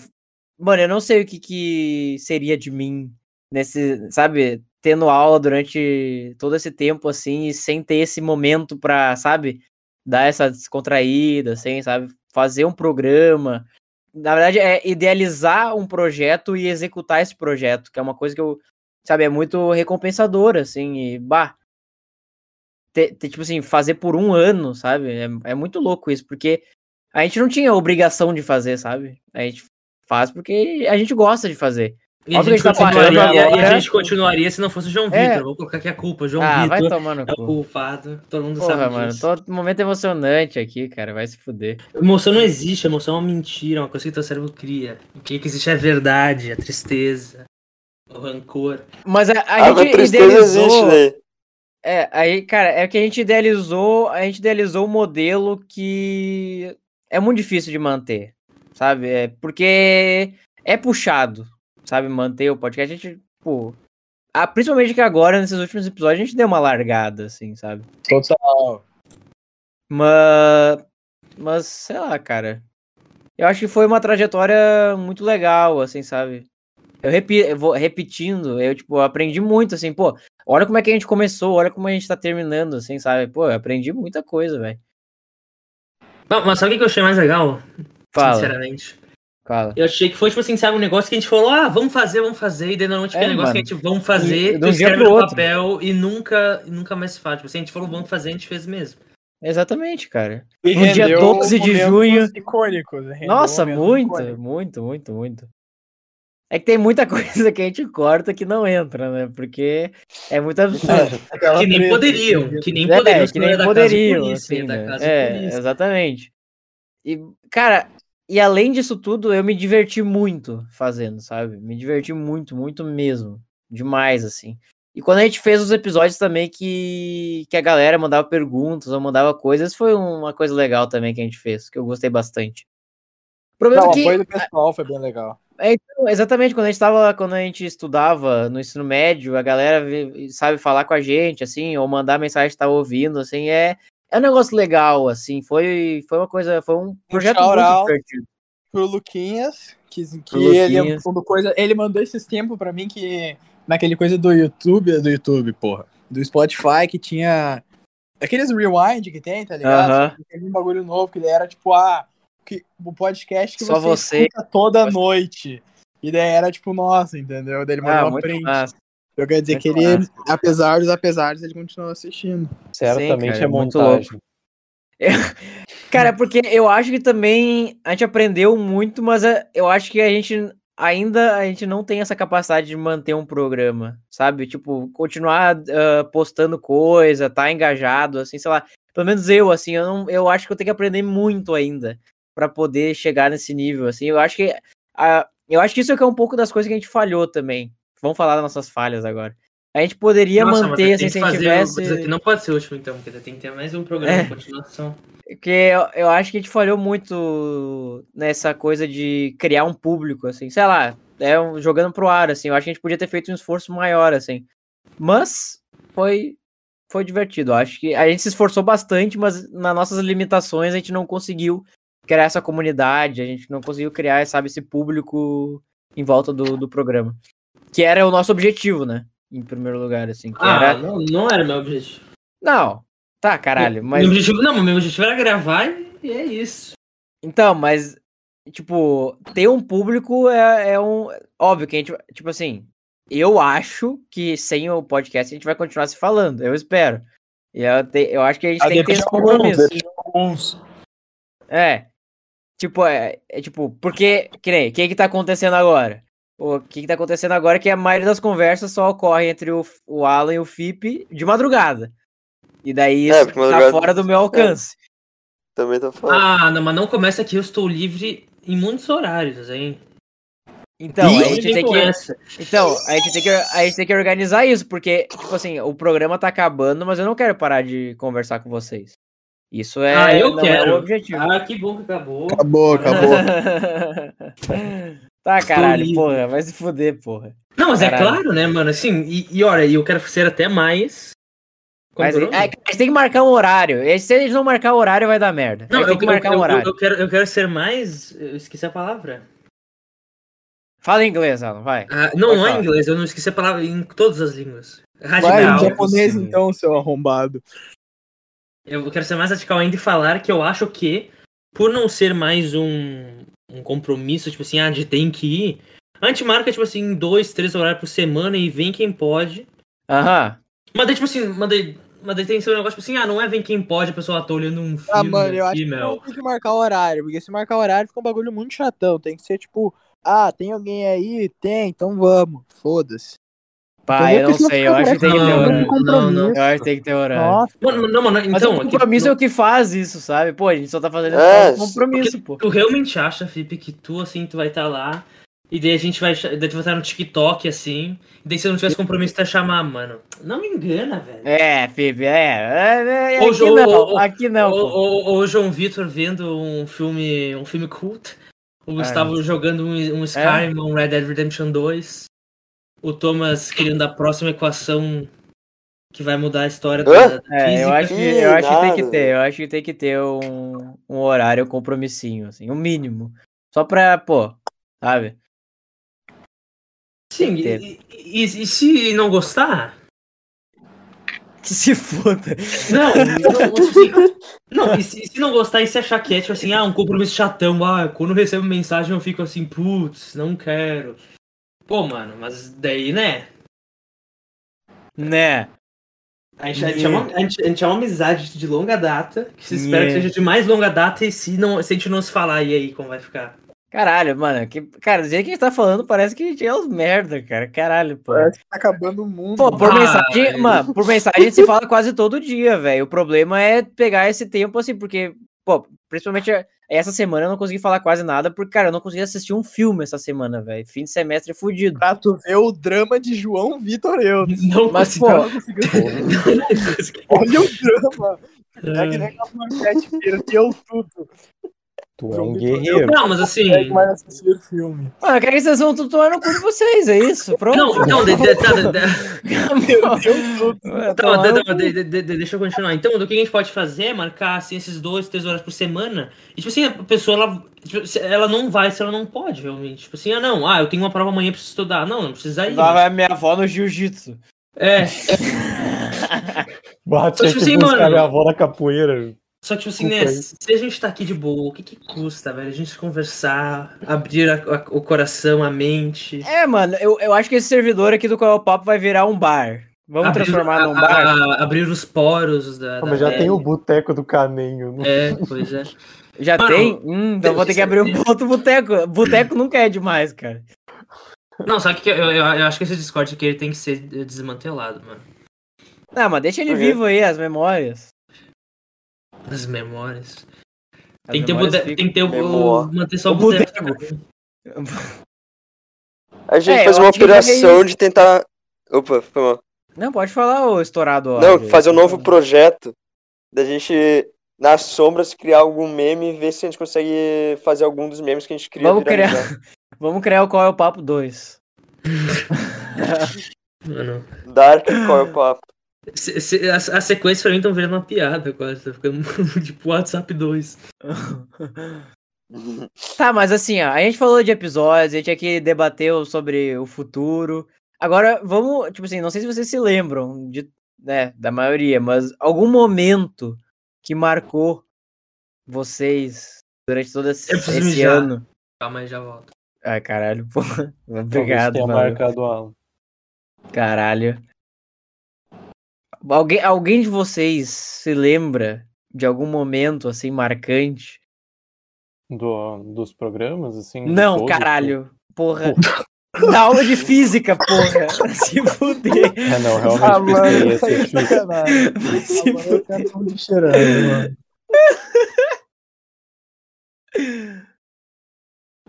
[SPEAKER 1] mano, eu não sei o que, que seria de mim nesse, sabe, tendo aula durante todo esse tempo, assim, e sem ter esse momento pra, sabe, dar essa descontraída, assim, sabe? Fazer um programa, na verdade, é idealizar um projeto e executar esse projeto, que é uma coisa que eu, sabe, é muito recompensadora, assim, e, bah, te- te- tipo assim, fazer por um ano, sabe, é, é muito louco isso, porque a gente não tinha obrigação de fazer, sabe, a gente faz porque a gente gosta de fazer,
[SPEAKER 5] E a,
[SPEAKER 1] Óbvio
[SPEAKER 5] gente
[SPEAKER 1] que a gente tá
[SPEAKER 5] continuaria,
[SPEAKER 1] parando
[SPEAKER 5] e a- e a
[SPEAKER 1] agora.
[SPEAKER 5] gente continuaria se não fosse o João
[SPEAKER 1] É.
[SPEAKER 5] Vitor. Vou colocar aqui a culpa. João
[SPEAKER 1] ah, vai
[SPEAKER 5] Vitor
[SPEAKER 1] tomar no
[SPEAKER 5] é o
[SPEAKER 1] cu.
[SPEAKER 5] culpado. Todo mundo
[SPEAKER 1] Porra,
[SPEAKER 5] sabe
[SPEAKER 1] mano,
[SPEAKER 5] disso.
[SPEAKER 1] todo momento emocionante aqui, cara. Vai se fuder.
[SPEAKER 5] Emoção não existe, emoção é uma mentira, é uma coisa que teu cérebro cria. O que, que existe é a verdade, a tristeza, é o rancor.
[SPEAKER 1] Mas a, a
[SPEAKER 4] A,
[SPEAKER 1] gente
[SPEAKER 4] Ah, tristeza
[SPEAKER 1] idealizou.
[SPEAKER 4] existe, né?
[SPEAKER 1] É, aí, cara, é que a gente idealizou, a gente idealizou um modelo que é muito difícil de manter, sabe? É porque é puxado, sabe? Manter o podcast, a gente, pô, ah, principalmente que agora, nesses últimos episódios, a gente deu uma largada, assim, sabe?
[SPEAKER 2] Total.
[SPEAKER 1] Mas, mas sei lá, cara. Eu acho que foi uma trajetória muito legal, assim, sabe? Eu, repi eu vou repetindo, eu, tipo, aprendi muito, assim, pô, olha como é que a gente começou, olha como a gente tá terminando, assim, sabe? Pô, eu aprendi muita coisa, velho.
[SPEAKER 5] Não, mas sabe o que eu achei mais legal?
[SPEAKER 1] Fala,
[SPEAKER 5] Sinceramente.
[SPEAKER 1] fala.
[SPEAKER 5] Eu achei que foi, tipo assim, sabe, um negócio que a gente falou, ah, vamos fazer, vamos fazer, e daí normalmente
[SPEAKER 1] É,
[SPEAKER 5] é, um negócio
[SPEAKER 1] mano.
[SPEAKER 5] que a gente vamos fazer,
[SPEAKER 1] E- de
[SPEAKER 5] tu
[SPEAKER 1] um dia
[SPEAKER 5] escreve
[SPEAKER 1] pro
[SPEAKER 5] no
[SPEAKER 1] outro.
[SPEAKER 5] papel e nunca, e nunca mais se faz. Tipo assim, a gente falou, vamos fazer, a gente fez mesmo.
[SPEAKER 1] Exatamente, cara.
[SPEAKER 2] E
[SPEAKER 1] No dia
[SPEAKER 2] rendeu
[SPEAKER 1] 12 de
[SPEAKER 2] momentos
[SPEAKER 1] junho.
[SPEAKER 2] Icônicos. rendeu
[SPEAKER 1] Nossa,
[SPEAKER 2] momentos
[SPEAKER 1] muito,
[SPEAKER 2] icônicos.
[SPEAKER 1] muito, muito, muito. É que tem muita coisa que a gente corta que não entra, né? Porque é muito absurdo.
[SPEAKER 2] Aquela
[SPEAKER 5] que nem
[SPEAKER 2] treta,
[SPEAKER 5] poderiam,
[SPEAKER 2] assim,
[SPEAKER 5] que nem
[SPEAKER 1] É,
[SPEAKER 5] poderiam,
[SPEAKER 1] que nem
[SPEAKER 5] senão ia dar
[SPEAKER 1] poderiam,
[SPEAKER 5] caso de polícia,
[SPEAKER 1] assim,
[SPEAKER 5] ia dar
[SPEAKER 1] né?
[SPEAKER 5] caso de
[SPEAKER 1] É,
[SPEAKER 5] polícia.
[SPEAKER 1] exatamente. E, cara, e além disso tudo, eu me diverti muito fazendo, sabe? Me diverti muito, muito mesmo. Demais, assim. E quando a gente fez os episódios também que, que a galera mandava perguntas ou mandava coisas, foi uma coisa legal também que a gente fez, que eu gostei bastante. O problema
[SPEAKER 2] Não,
[SPEAKER 1] é
[SPEAKER 2] o
[SPEAKER 1] que
[SPEAKER 2] apoio do pessoal foi bem legal.
[SPEAKER 1] Exatamente, quando a gente tava, quando a gente estudava no ensino médio, a galera vi- sabe falar com a gente, assim, ou mandar mensagem que tava ouvindo, assim, é, é um negócio legal, assim, foi, foi uma coisa, foi um projeto muito
[SPEAKER 2] shout-out.
[SPEAKER 1] divertido.
[SPEAKER 2] Pro Luquinhas, que, que
[SPEAKER 1] Pro
[SPEAKER 2] ele é
[SPEAKER 1] Luquinhas.
[SPEAKER 2] um do coisa. Ele mandou esses tempos pra mim que. Naquele coisa do YouTube, do YouTube, porra. Do Spotify que tinha. Aqueles rewind que tem, tá ligado?
[SPEAKER 1] Aham.
[SPEAKER 2] Teve um bagulho novo que ele era tipo, ah, que, o podcast que
[SPEAKER 1] Só
[SPEAKER 2] você,
[SPEAKER 1] você.
[SPEAKER 2] escuta toda noite. E daí era tipo, nossa, entendeu? Daí ele mandou
[SPEAKER 1] Ah,
[SPEAKER 2] uma
[SPEAKER 1] muito
[SPEAKER 2] print.
[SPEAKER 1] massa.
[SPEAKER 2] Eu quero dizer
[SPEAKER 1] muito
[SPEAKER 2] que ele,
[SPEAKER 1] massa.
[SPEAKER 2] apesar dos apesares, ele continuou assistindo.
[SPEAKER 3] Certamente
[SPEAKER 1] cara,
[SPEAKER 3] é
[SPEAKER 1] muito
[SPEAKER 3] montagem.
[SPEAKER 1] Cara, porque eu acho que também a gente aprendeu muito, mas é, eu acho que a gente ainda a gente não tem essa capacidade de manter um programa, sabe? Tipo, continuar ah, postando coisa, tá engajado, assim, sei lá. Pelo menos eu, assim, eu, não, eu acho que eu tenho que aprender muito ainda pra poder chegar nesse nível, assim. Eu acho que ah, eu acho que isso é que é um pouco das coisas que a gente falhou também. Vamos falar das nossas falhas agora. A gente poderia
[SPEAKER 5] Nossa, mas
[SPEAKER 1] manter,
[SPEAKER 5] tem
[SPEAKER 1] assim,
[SPEAKER 5] que
[SPEAKER 1] se a gente
[SPEAKER 5] fazer-
[SPEAKER 1] tivesse...
[SPEAKER 5] isso aqui Não pode ser o último, então, porque tem que ter mais um programa,
[SPEAKER 1] É.
[SPEAKER 5] continuação.
[SPEAKER 1] Porque eu, eu acho que a gente falhou muito nessa coisa de criar um público, assim, sei lá, é um- jogando pro ar, assim, eu acho que a gente podia ter feito um esforço maior, assim. Mas foi, foi divertido, eu acho que a gente se esforçou bastante, mas nas nossas limitações a gente não conseguiu criar essa comunidade, a gente não conseguiu criar, sabe, esse público em volta do, do programa. Que era o nosso objetivo, né? Em primeiro lugar, assim. que
[SPEAKER 5] Ah,
[SPEAKER 1] era...
[SPEAKER 5] não, não era meu objetivo.
[SPEAKER 1] Não, tá, caralho, mas...
[SPEAKER 5] Meu objetivo, não, meu objetivo era gravar e, e é isso.
[SPEAKER 1] Então, mas, tipo, ter um público é, é um. Óbvio que a gente. Tipo assim, eu acho que sem o podcast a gente vai continuar se falando, eu espero. E eu, te- eu acho que a gente tem que ter esse compromisso. É. Tipo, é, é tipo, porque, que nem, o que que tá acontecendo agora? O que que tá acontecendo agora é que a maioria das conversas só ocorre entre o, F- o Alan e o Fipe de madrugada. E daí
[SPEAKER 4] É,
[SPEAKER 1] isso
[SPEAKER 4] porque
[SPEAKER 1] tá
[SPEAKER 4] madrugada- é.
[SPEAKER 1] fora do meu alcance.
[SPEAKER 4] Também tá falando.
[SPEAKER 5] Ah, não, mas não começa aqui, eu estou livre em muitos horáros, hein?
[SPEAKER 1] Então,
[SPEAKER 2] Ih,
[SPEAKER 1] a gente
[SPEAKER 5] Ninguém
[SPEAKER 1] tem que.
[SPEAKER 5] começa.
[SPEAKER 1] Então, a gente, tem que, a gente tem que organizar isso, porque, tipo assim, o programa tá acabando, mas eu não quero parar de conversar com vocês. Isso é,
[SPEAKER 5] Ah, eu
[SPEAKER 1] não é
[SPEAKER 5] quero.
[SPEAKER 1] o objetivo.
[SPEAKER 5] Ah, que bom que acabou.
[SPEAKER 2] Acabou, acabou.
[SPEAKER 1] tá,
[SPEAKER 5] Estou
[SPEAKER 1] caralho,
[SPEAKER 5] livre.
[SPEAKER 1] porra, vai se fuder, porra.
[SPEAKER 5] Não, mas é
[SPEAKER 1] Caralho.
[SPEAKER 5] claro, né, mano? Assim, e, e olha, e eu quero ser até mais. Como
[SPEAKER 1] Mas,
[SPEAKER 5] que é o nome?
[SPEAKER 1] é, a gente tem que marcar um horário. E Se eles não marcar o horário, vai dar merda. a
[SPEAKER 5] não,
[SPEAKER 1] gente tem
[SPEAKER 5] eu,
[SPEAKER 1] que
[SPEAKER 5] eu,
[SPEAKER 1] marcar
[SPEAKER 5] eu-
[SPEAKER 1] um
[SPEAKER 5] eu-
[SPEAKER 1] horário.
[SPEAKER 5] eu quero, eu quero ser mais. Eu esqueci a palavra.
[SPEAKER 1] Fala em inglês, Alan, vai.
[SPEAKER 5] Ah, não,
[SPEAKER 1] Pode
[SPEAKER 5] não é em
[SPEAKER 1] falar.
[SPEAKER 5] inglês, eu não esqueci a palavra em todas as línguas.
[SPEAKER 2] Vai,
[SPEAKER 5] Radical.
[SPEAKER 2] em
[SPEAKER 1] Não,
[SPEAKER 2] japonês
[SPEAKER 1] impossível.
[SPEAKER 2] então, seu arrombado.
[SPEAKER 5] Eu quero ser mais radical ainda e falar que eu acho que, por não ser mais um, um compromisso, tipo assim, ah, de tem que ir, a gente marca, tipo assim, dois, três horários por semana e vem quem pode.
[SPEAKER 1] Aham.
[SPEAKER 5] Mas daí, tipo assim, mas daí, mas daí tem que ser um negócio, tipo assim, ah, não é vem quem pode, a pessoa tá olhando um filme
[SPEAKER 2] Ah, mano, eu acho
[SPEAKER 5] aqui,
[SPEAKER 2] que
[SPEAKER 5] meu.
[SPEAKER 2] não tem que marcar horário, porque se marcar horário fica um bagulho muito chatão. Tem que ser, tipo, Ah, tem alguém aí? Tem, então vamos. Foda-se.
[SPEAKER 1] Pai, eu
[SPEAKER 2] Entendeu?
[SPEAKER 1] não
[SPEAKER 2] Porque senão
[SPEAKER 1] sei, eu
[SPEAKER 2] fica
[SPEAKER 1] acho que tem que ter um
[SPEAKER 5] moleque falando
[SPEAKER 2] um
[SPEAKER 1] horário.
[SPEAKER 5] com- não.
[SPEAKER 1] Eu acho que tem que ter um horário.
[SPEAKER 2] Nossa,
[SPEAKER 5] Mano, não, mano,
[SPEAKER 1] Mas
[SPEAKER 2] um
[SPEAKER 5] então.
[SPEAKER 1] o compromisso é, o que faz isso, sabe? Pô, a gente só tá fazendo isso
[SPEAKER 4] É,
[SPEAKER 1] por compromisso, pô.
[SPEAKER 5] Tu realmente acha, Felipe, que tu, assim, tu vai estar lá, e daí a gente vai, cha- daí tu vai estar no TikTok, assim, e daí se eu não tivesse compromisso, tu ia chamar, mano. Não me engana, velho.
[SPEAKER 1] É, Felipe, é. é, é
[SPEAKER 5] Ô,
[SPEAKER 1] aqui
[SPEAKER 5] João, ô,
[SPEAKER 1] não,
[SPEAKER 5] ô,
[SPEAKER 1] aqui não,
[SPEAKER 5] ou,
[SPEAKER 1] pô.
[SPEAKER 5] ou, ou o João Vitor vendo um filme, um filme culto,
[SPEAKER 1] É.
[SPEAKER 5] o Gustavo jogando um, um Skyrim, um Red Dead Redemption 2, o Thomas querendo a próxima equação que vai mudar a história da,
[SPEAKER 4] Hã?
[SPEAKER 5] da física.
[SPEAKER 1] É, eu acho, que,
[SPEAKER 4] Ih,
[SPEAKER 1] eu acho que tem que
[SPEAKER 4] nada.
[SPEAKER 1] ter, eu acho que tem que ter um, um horário, um compromissinho, assim, um mínimo. Só pra, pô, sabe?
[SPEAKER 5] Sim,
[SPEAKER 1] tem
[SPEAKER 5] e, e- e se não gostar?
[SPEAKER 1] Que se foda.
[SPEAKER 5] Não, não, assim, não e, se, e se não gostar e se achar que é tipo assim, ah, um compromisso chatão, ah, quando eu recebo mensagem eu fico assim, putz, não quero. Pô, mano, mas daí, né?
[SPEAKER 1] Né?
[SPEAKER 5] A gente, a, gente é uma, a, gente, a gente é uma amizade de longa data, que se espera que
[SPEAKER 1] Yeah.
[SPEAKER 5] seja de mais longa data, e se, não, se a gente não se falar, e aí como vai ficar?
[SPEAKER 1] Caralho, mano, que, cara, do jeito que a gente tá falando, parece que a gente é os merda, cara. Caralho, pô.
[SPEAKER 2] parece que tá acabando o mundo.
[SPEAKER 1] Pô, por
[SPEAKER 5] Ah,
[SPEAKER 1] mensagem,
[SPEAKER 5] é.
[SPEAKER 1] mano, por mensagem a gente se fala quase todo dia, velho. O problema é pegar esse tempo assim, porque, pô, principalmente essa semana eu não consegui falar quase nada, porque, cara, eu não consegui assistir um filme essa semana, velho. Fim de semestre fudido.
[SPEAKER 2] Pra tu ver o drama de João Vitor eu.
[SPEAKER 5] Não,
[SPEAKER 1] Mas, pô,
[SPEAKER 5] consigo-
[SPEAKER 2] Olha o drama. É que nem aquela manchete, perdeu tudo.
[SPEAKER 3] Tu é
[SPEAKER 2] João
[SPEAKER 3] um
[SPEAKER 2] Vitor, eu-
[SPEAKER 3] guerreiro.
[SPEAKER 5] não, mas assim.
[SPEAKER 2] Como é que vai assistir o filme?
[SPEAKER 1] mano, eu quero que vocês vão tudo tomar no cu de vocês, é isso? Pronto.
[SPEAKER 5] Não, não, de- de- tá, de- de-
[SPEAKER 2] Perdeu tudo.
[SPEAKER 1] Vai
[SPEAKER 5] tá,
[SPEAKER 1] tomar
[SPEAKER 5] de-
[SPEAKER 1] no
[SPEAKER 5] não,
[SPEAKER 1] cu.
[SPEAKER 5] de- de- de- deixa eu continuar. Então, do que a gente pode fazer é marcar assim, esses dois, três horas por semana. E tipo assim, a pessoa ela, tipo, se- ela não vai se ela não pode, realmente. Tipo assim, ah, não, ah, eu tenho uma prova amanhã, preciso estudar. Não, não precisa ir.
[SPEAKER 1] Lá vai minha avó no jiu-jitsu.
[SPEAKER 5] É,
[SPEAKER 3] Bate
[SPEAKER 5] Só
[SPEAKER 3] tinha
[SPEAKER 5] tipo
[SPEAKER 3] que
[SPEAKER 5] assim,
[SPEAKER 3] buscar
[SPEAKER 5] mano.
[SPEAKER 3] minha avó na capoeira.
[SPEAKER 5] Só que, tipo assim, né,
[SPEAKER 3] Concordo.
[SPEAKER 5] se a gente tá aqui de boa, o que que custa, velho? A gente conversar, abrir a- a- o coração, a mente.
[SPEAKER 1] É, mano, eu, eu acho que esse servidor aqui do Qual é o Papo vai virar um bar. Vamos
[SPEAKER 5] abrir,
[SPEAKER 1] transformar
[SPEAKER 5] a-
[SPEAKER 1] num bar?
[SPEAKER 5] a- a- abrir os poros da.
[SPEAKER 3] Ah,
[SPEAKER 5] da
[SPEAKER 3] mas já
[SPEAKER 1] É.
[SPEAKER 5] pele.
[SPEAKER 1] um.
[SPEAKER 3] tem o boteco do né? caninho. não-
[SPEAKER 5] É, pois é.
[SPEAKER 1] Já
[SPEAKER 5] Mano,
[SPEAKER 1] tem? Hum, então
[SPEAKER 5] eu
[SPEAKER 1] vou ter que
[SPEAKER 5] sei.
[SPEAKER 1] abrir um outro boteco. Boteco nunca é demais, cara.
[SPEAKER 5] Não, só que eu, eu, eu acho que esse Discord aqui ele tem que ser desmantelado, mano.
[SPEAKER 1] Não, mas deixa ele
[SPEAKER 4] Por quê?
[SPEAKER 1] vivo aí, as memórias.
[SPEAKER 5] As memórias.
[SPEAKER 1] As
[SPEAKER 5] tem que ter o
[SPEAKER 1] memórias
[SPEAKER 5] bote-
[SPEAKER 1] ficam.
[SPEAKER 5] Tem que ter um o.
[SPEAKER 4] Memória.
[SPEAKER 5] Manter só o
[SPEAKER 1] O
[SPEAKER 5] boteco.
[SPEAKER 4] A gente
[SPEAKER 1] É,
[SPEAKER 4] fez
[SPEAKER 1] eu
[SPEAKER 4] uma
[SPEAKER 1] acho que eu
[SPEAKER 4] operação de tentar. Opa, foi mal.
[SPEAKER 1] Não, pode falar, ô estourado.
[SPEAKER 4] Não,
[SPEAKER 1] áudio.
[SPEAKER 4] fazer um novo projeto da gente nas sombras criar algum meme e ver se a gente consegue fazer algum dos memes que a gente cria.
[SPEAKER 1] Vamos criar.
[SPEAKER 4] viralizar.
[SPEAKER 1] Vamos criar o Qual é o Papo 2.
[SPEAKER 5] Mano.
[SPEAKER 4] Dark qual é o papo?
[SPEAKER 5] se- se- as, as sequências pra mim estão virando uma piada quase. Tá ficando tipo WhatsApp 2.
[SPEAKER 4] É
[SPEAKER 1] Tá, mas assim, ó, a gente falou de episódios, a gente aqui debateu sobre o futuro. Agora, vamos, tipo assim, não sei se vocês se lembram de, né, da maioria, mas algum momento que marcou vocês durante todo esse,
[SPEAKER 5] Eu preciso
[SPEAKER 1] esse
[SPEAKER 5] mijar.
[SPEAKER 1] ano.
[SPEAKER 5] Calma aí, já volto.
[SPEAKER 1] Ai, caralho, pô.
[SPEAKER 3] Talvez
[SPEAKER 1] Obrigado,
[SPEAKER 3] tenha
[SPEAKER 1] mano.
[SPEAKER 3] marcado a
[SPEAKER 1] Caralho. Alguém, alguém de vocês se lembra de algum momento assim marcante?
[SPEAKER 3] do, dos programas, assim.
[SPEAKER 4] Hum,
[SPEAKER 3] de
[SPEAKER 1] Não,
[SPEAKER 3] todos,
[SPEAKER 1] caralho. Porra. Na aula de física, porra. Se fuder.
[SPEAKER 3] É, não,
[SPEAKER 2] Ah,
[SPEAKER 3] realmente.
[SPEAKER 2] mano,
[SPEAKER 3] ia
[SPEAKER 2] isso aí
[SPEAKER 3] ser
[SPEAKER 2] é
[SPEAKER 3] difícil.
[SPEAKER 2] sacanagem.
[SPEAKER 1] Vai se
[SPEAKER 2] Ah, mano,
[SPEAKER 1] fuder.
[SPEAKER 2] eu quero um de cheirando, mano.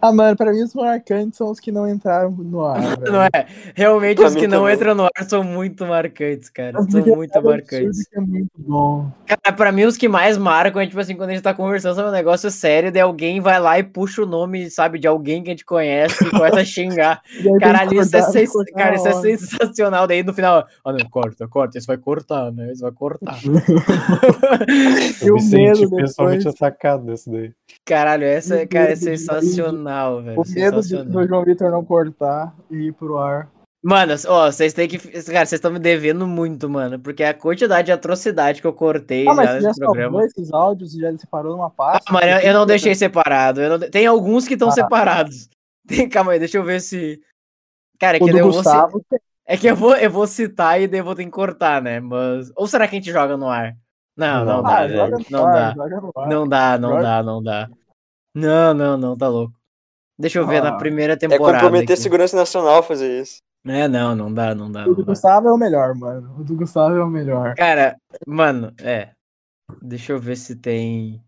[SPEAKER 2] Ah, mano, pra mim os marcantes são os que não entraram no ar, velho.
[SPEAKER 1] Não é. Realmente
[SPEAKER 4] Pra
[SPEAKER 1] os
[SPEAKER 4] mim
[SPEAKER 1] que não
[SPEAKER 4] também.
[SPEAKER 1] entram no ar são muito marcantes, cara. São
[SPEAKER 2] Porque
[SPEAKER 1] muito
[SPEAKER 2] cada
[SPEAKER 1] marcantes.
[SPEAKER 2] absurdo que É muito bom.
[SPEAKER 1] Cara, pra mim os que mais marcam é tipo assim, quando a gente tá conversando sobre um negócio sério, daí alguém vai lá e puxa o nome, sabe, de alguém que a gente conhece e começa a xingar.
[SPEAKER 2] E aí tem que
[SPEAKER 1] Caralho, isso é,
[SPEAKER 2] cortar, tem
[SPEAKER 1] sens...
[SPEAKER 2] que cortar
[SPEAKER 1] cara, isso
[SPEAKER 2] na
[SPEAKER 1] é
[SPEAKER 2] hora.
[SPEAKER 1] sensacional. Daí no final, ah não, corta, corta, isso vai cortar, né? Isso vai cortar.
[SPEAKER 3] Eu
[SPEAKER 2] Eu
[SPEAKER 3] me senti
[SPEAKER 2] medo
[SPEAKER 3] pessoalmente
[SPEAKER 2] depois.
[SPEAKER 3] atacado desse daí.
[SPEAKER 1] Caralho, essa
[SPEAKER 2] Meu
[SPEAKER 1] cara, é
[SPEAKER 2] Deus, meu Deus.
[SPEAKER 1] sensacional, velho.
[SPEAKER 2] O medo de,
[SPEAKER 1] Sensacional.
[SPEAKER 2] do João Vitor não cortar e ir pro ar.
[SPEAKER 1] Mano, ó, vocês têm que. Cara, vocês estão me devendo muito, mano. Porque a quantidade de atrocidade que eu cortei
[SPEAKER 2] Ah, mas
[SPEAKER 1] já
[SPEAKER 2] você já
[SPEAKER 1] nesse programa.
[SPEAKER 2] salvou esses áudios e já separou numa pasta?
[SPEAKER 1] Ah, mano, eu, eu não deixei separado. eu não de- Tem alguns que estão separados. Tem, calma aí, deixa eu ver se. Cara, é
[SPEAKER 2] O
[SPEAKER 1] que
[SPEAKER 2] do
[SPEAKER 1] daí eu vou, ci-
[SPEAKER 2] Gustavo tem.
[SPEAKER 1] é que eu, vou, eu vou citar e daí eu vou ter que cortar, né? Mas. Ou será que a gente joga no ar? Não, não,
[SPEAKER 3] Não,
[SPEAKER 1] dá,
[SPEAKER 2] Ah,
[SPEAKER 1] velho.
[SPEAKER 2] joga
[SPEAKER 1] Não
[SPEAKER 2] no
[SPEAKER 1] dá.
[SPEAKER 2] ar, joga no ar.
[SPEAKER 1] Não dá, não
[SPEAKER 2] Joga.
[SPEAKER 1] dá, não dá. Não, não, não, tá louco. Deixa eu ver,
[SPEAKER 2] Ah.
[SPEAKER 1] na primeira
[SPEAKER 4] É
[SPEAKER 1] temporada.
[SPEAKER 4] comprometer a
[SPEAKER 1] aqui.
[SPEAKER 4] segurança nacional fazer isso.
[SPEAKER 1] É, não, não dá, não dá.
[SPEAKER 2] O
[SPEAKER 1] Não
[SPEAKER 2] do
[SPEAKER 1] dá.
[SPEAKER 2] Gustavo é o melhor, mano. O do Gustavo é o melhor.
[SPEAKER 1] Cara, mano, é. Deixa eu ver se tem.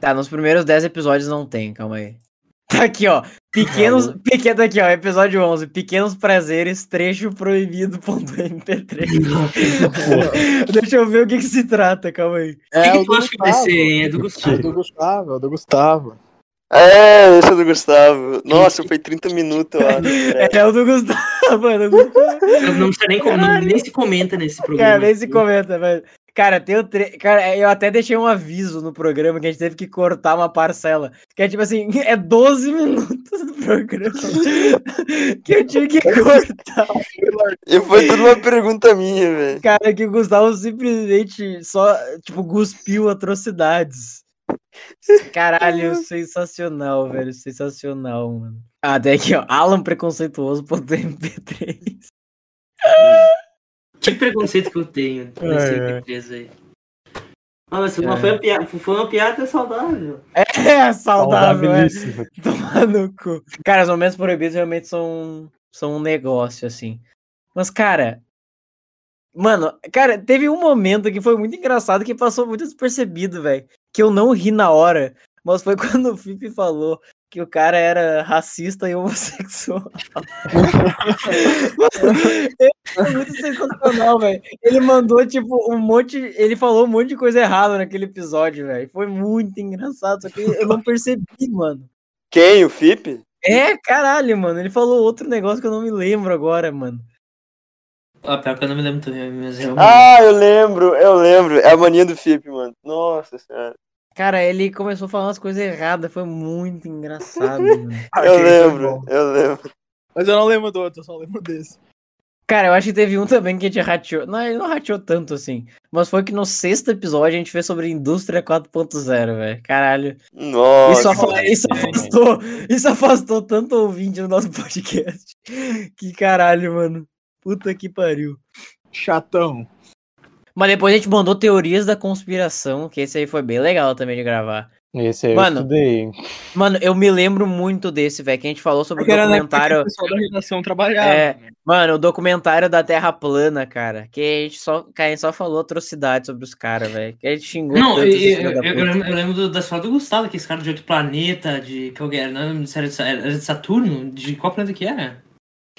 [SPEAKER 1] Tá, nos primeiros 10 episódios não tem, calma aí. Tá aqui, ó. Pequenos. Pequeno tá aqui, ó. Episódio 11. Pequenos prazeres, trecho proibido.mp3. Deixa eu ver o que que se trata, calma aí.
[SPEAKER 5] O que,
[SPEAKER 2] É, o
[SPEAKER 5] que tu
[SPEAKER 2] do
[SPEAKER 5] acha que vai
[SPEAKER 2] Gustavo.
[SPEAKER 5] ser, hein? É do
[SPEAKER 2] É
[SPEAKER 5] Gustavo.
[SPEAKER 2] o do Gustavo, é o do Gustavo.
[SPEAKER 4] É, esse é do Gustavo. Nossa, foi 30 minutos, eu acho. É.
[SPEAKER 1] É o do Gustavo, mano. o Gustavo.
[SPEAKER 5] Não, não precisa nem, com- não- nem se comenta nesse programa.
[SPEAKER 1] Cara, nem se comenta, velho. Cara, tem o tre... Cara, eu até deixei um aviso no programa que a gente teve que cortar uma parcela. Que é tipo assim, é 12 minutos do programa. que eu tinha que cortar.
[SPEAKER 4] E foi tudo uma pergunta minha, velho.
[SPEAKER 1] Cara, que o Gustavo simplesmente só, tipo, cuspiu atrocidades. Caralho, sensacional, velho. Sensacional, mano. Ah, até aqui, ó. alanpreconceituoso.mp3.
[SPEAKER 5] Que preconceito que eu tenho nesse empresa aí. Ah, mas foi uma, foi uma piada, foi uma piada saudável.
[SPEAKER 1] É saudável, é.
[SPEAKER 3] Saudabilíssimo.
[SPEAKER 1] Tomar no cu. Cara, os momentos proibidos realmente são, são um negócio, assim. Mas, cara. Mano, cara, teve um momento que foi muito engraçado que passou muito despercebido, velho. Que eu não ri na hora. Mas foi quando o Fipe falou que o cara era racista e homossexual. Ele foi muito sensacional, velho. Ele mandou, tipo, um monte. Ele falou um monte de coisa errada naquele episódio, velho. Foi muito engraçado. Só que eu não percebi, mano.
[SPEAKER 4] Quem? O Fipe?
[SPEAKER 1] É, caralho, mano. Ele falou outro negócio que eu não me lembro agora, mano.
[SPEAKER 5] Ah, pior que eu não me lembro também, mas realmente.
[SPEAKER 4] Ah, eu lembro, eu lembro. É a mania do Fipe, mano. Nossa senhora.
[SPEAKER 1] Cara, ele começou a falar umas coisas erradas. Foi muito engraçado, mano.
[SPEAKER 2] Ah,
[SPEAKER 4] Eu lembro, eu lembro.
[SPEAKER 2] Mas eu não lembro do outro, eu só lembro desse.
[SPEAKER 1] Cara, eu acho que teve um também que a gente rateou. Não, ele não rateou tanto assim. Mas foi que no sexto episódio a gente fez sobre Indústria 4.0, velho. Caralho. Isso,
[SPEAKER 4] Nossa.
[SPEAKER 1] afa- isso afastou, isso afastou tanto ouvinte do nosso podcast. Que caralho, mano. Puta que pariu.
[SPEAKER 2] Chatão.
[SPEAKER 1] Mas depois a gente mandou teorias da conspiração, que esse aí foi bem legal também de gravar.
[SPEAKER 3] Esse aí
[SPEAKER 1] Mano,
[SPEAKER 3] eu estudei. hein?
[SPEAKER 1] Mano, eu me lembro muito desse, velho, que a gente falou sobre o documentário.
[SPEAKER 2] pessoal da redação trabalhava.
[SPEAKER 1] É, mano, o documentário da Terra Plana, cara. Que a gente só, que a gente só falou atrocidade sobre os caras, velho. Que a gente xingou
[SPEAKER 5] Não,
[SPEAKER 1] tanto
[SPEAKER 5] eu,
[SPEAKER 1] esses
[SPEAKER 5] eu,
[SPEAKER 1] filhos da
[SPEAKER 5] eu, eu
[SPEAKER 1] puta.
[SPEAKER 5] lembro, eu lembro do- da história do Gustavo, que esse cara de outro planeta, de. Qual que era? Não, lembro se era de Sa- era de Saturno? De qual planeta que era?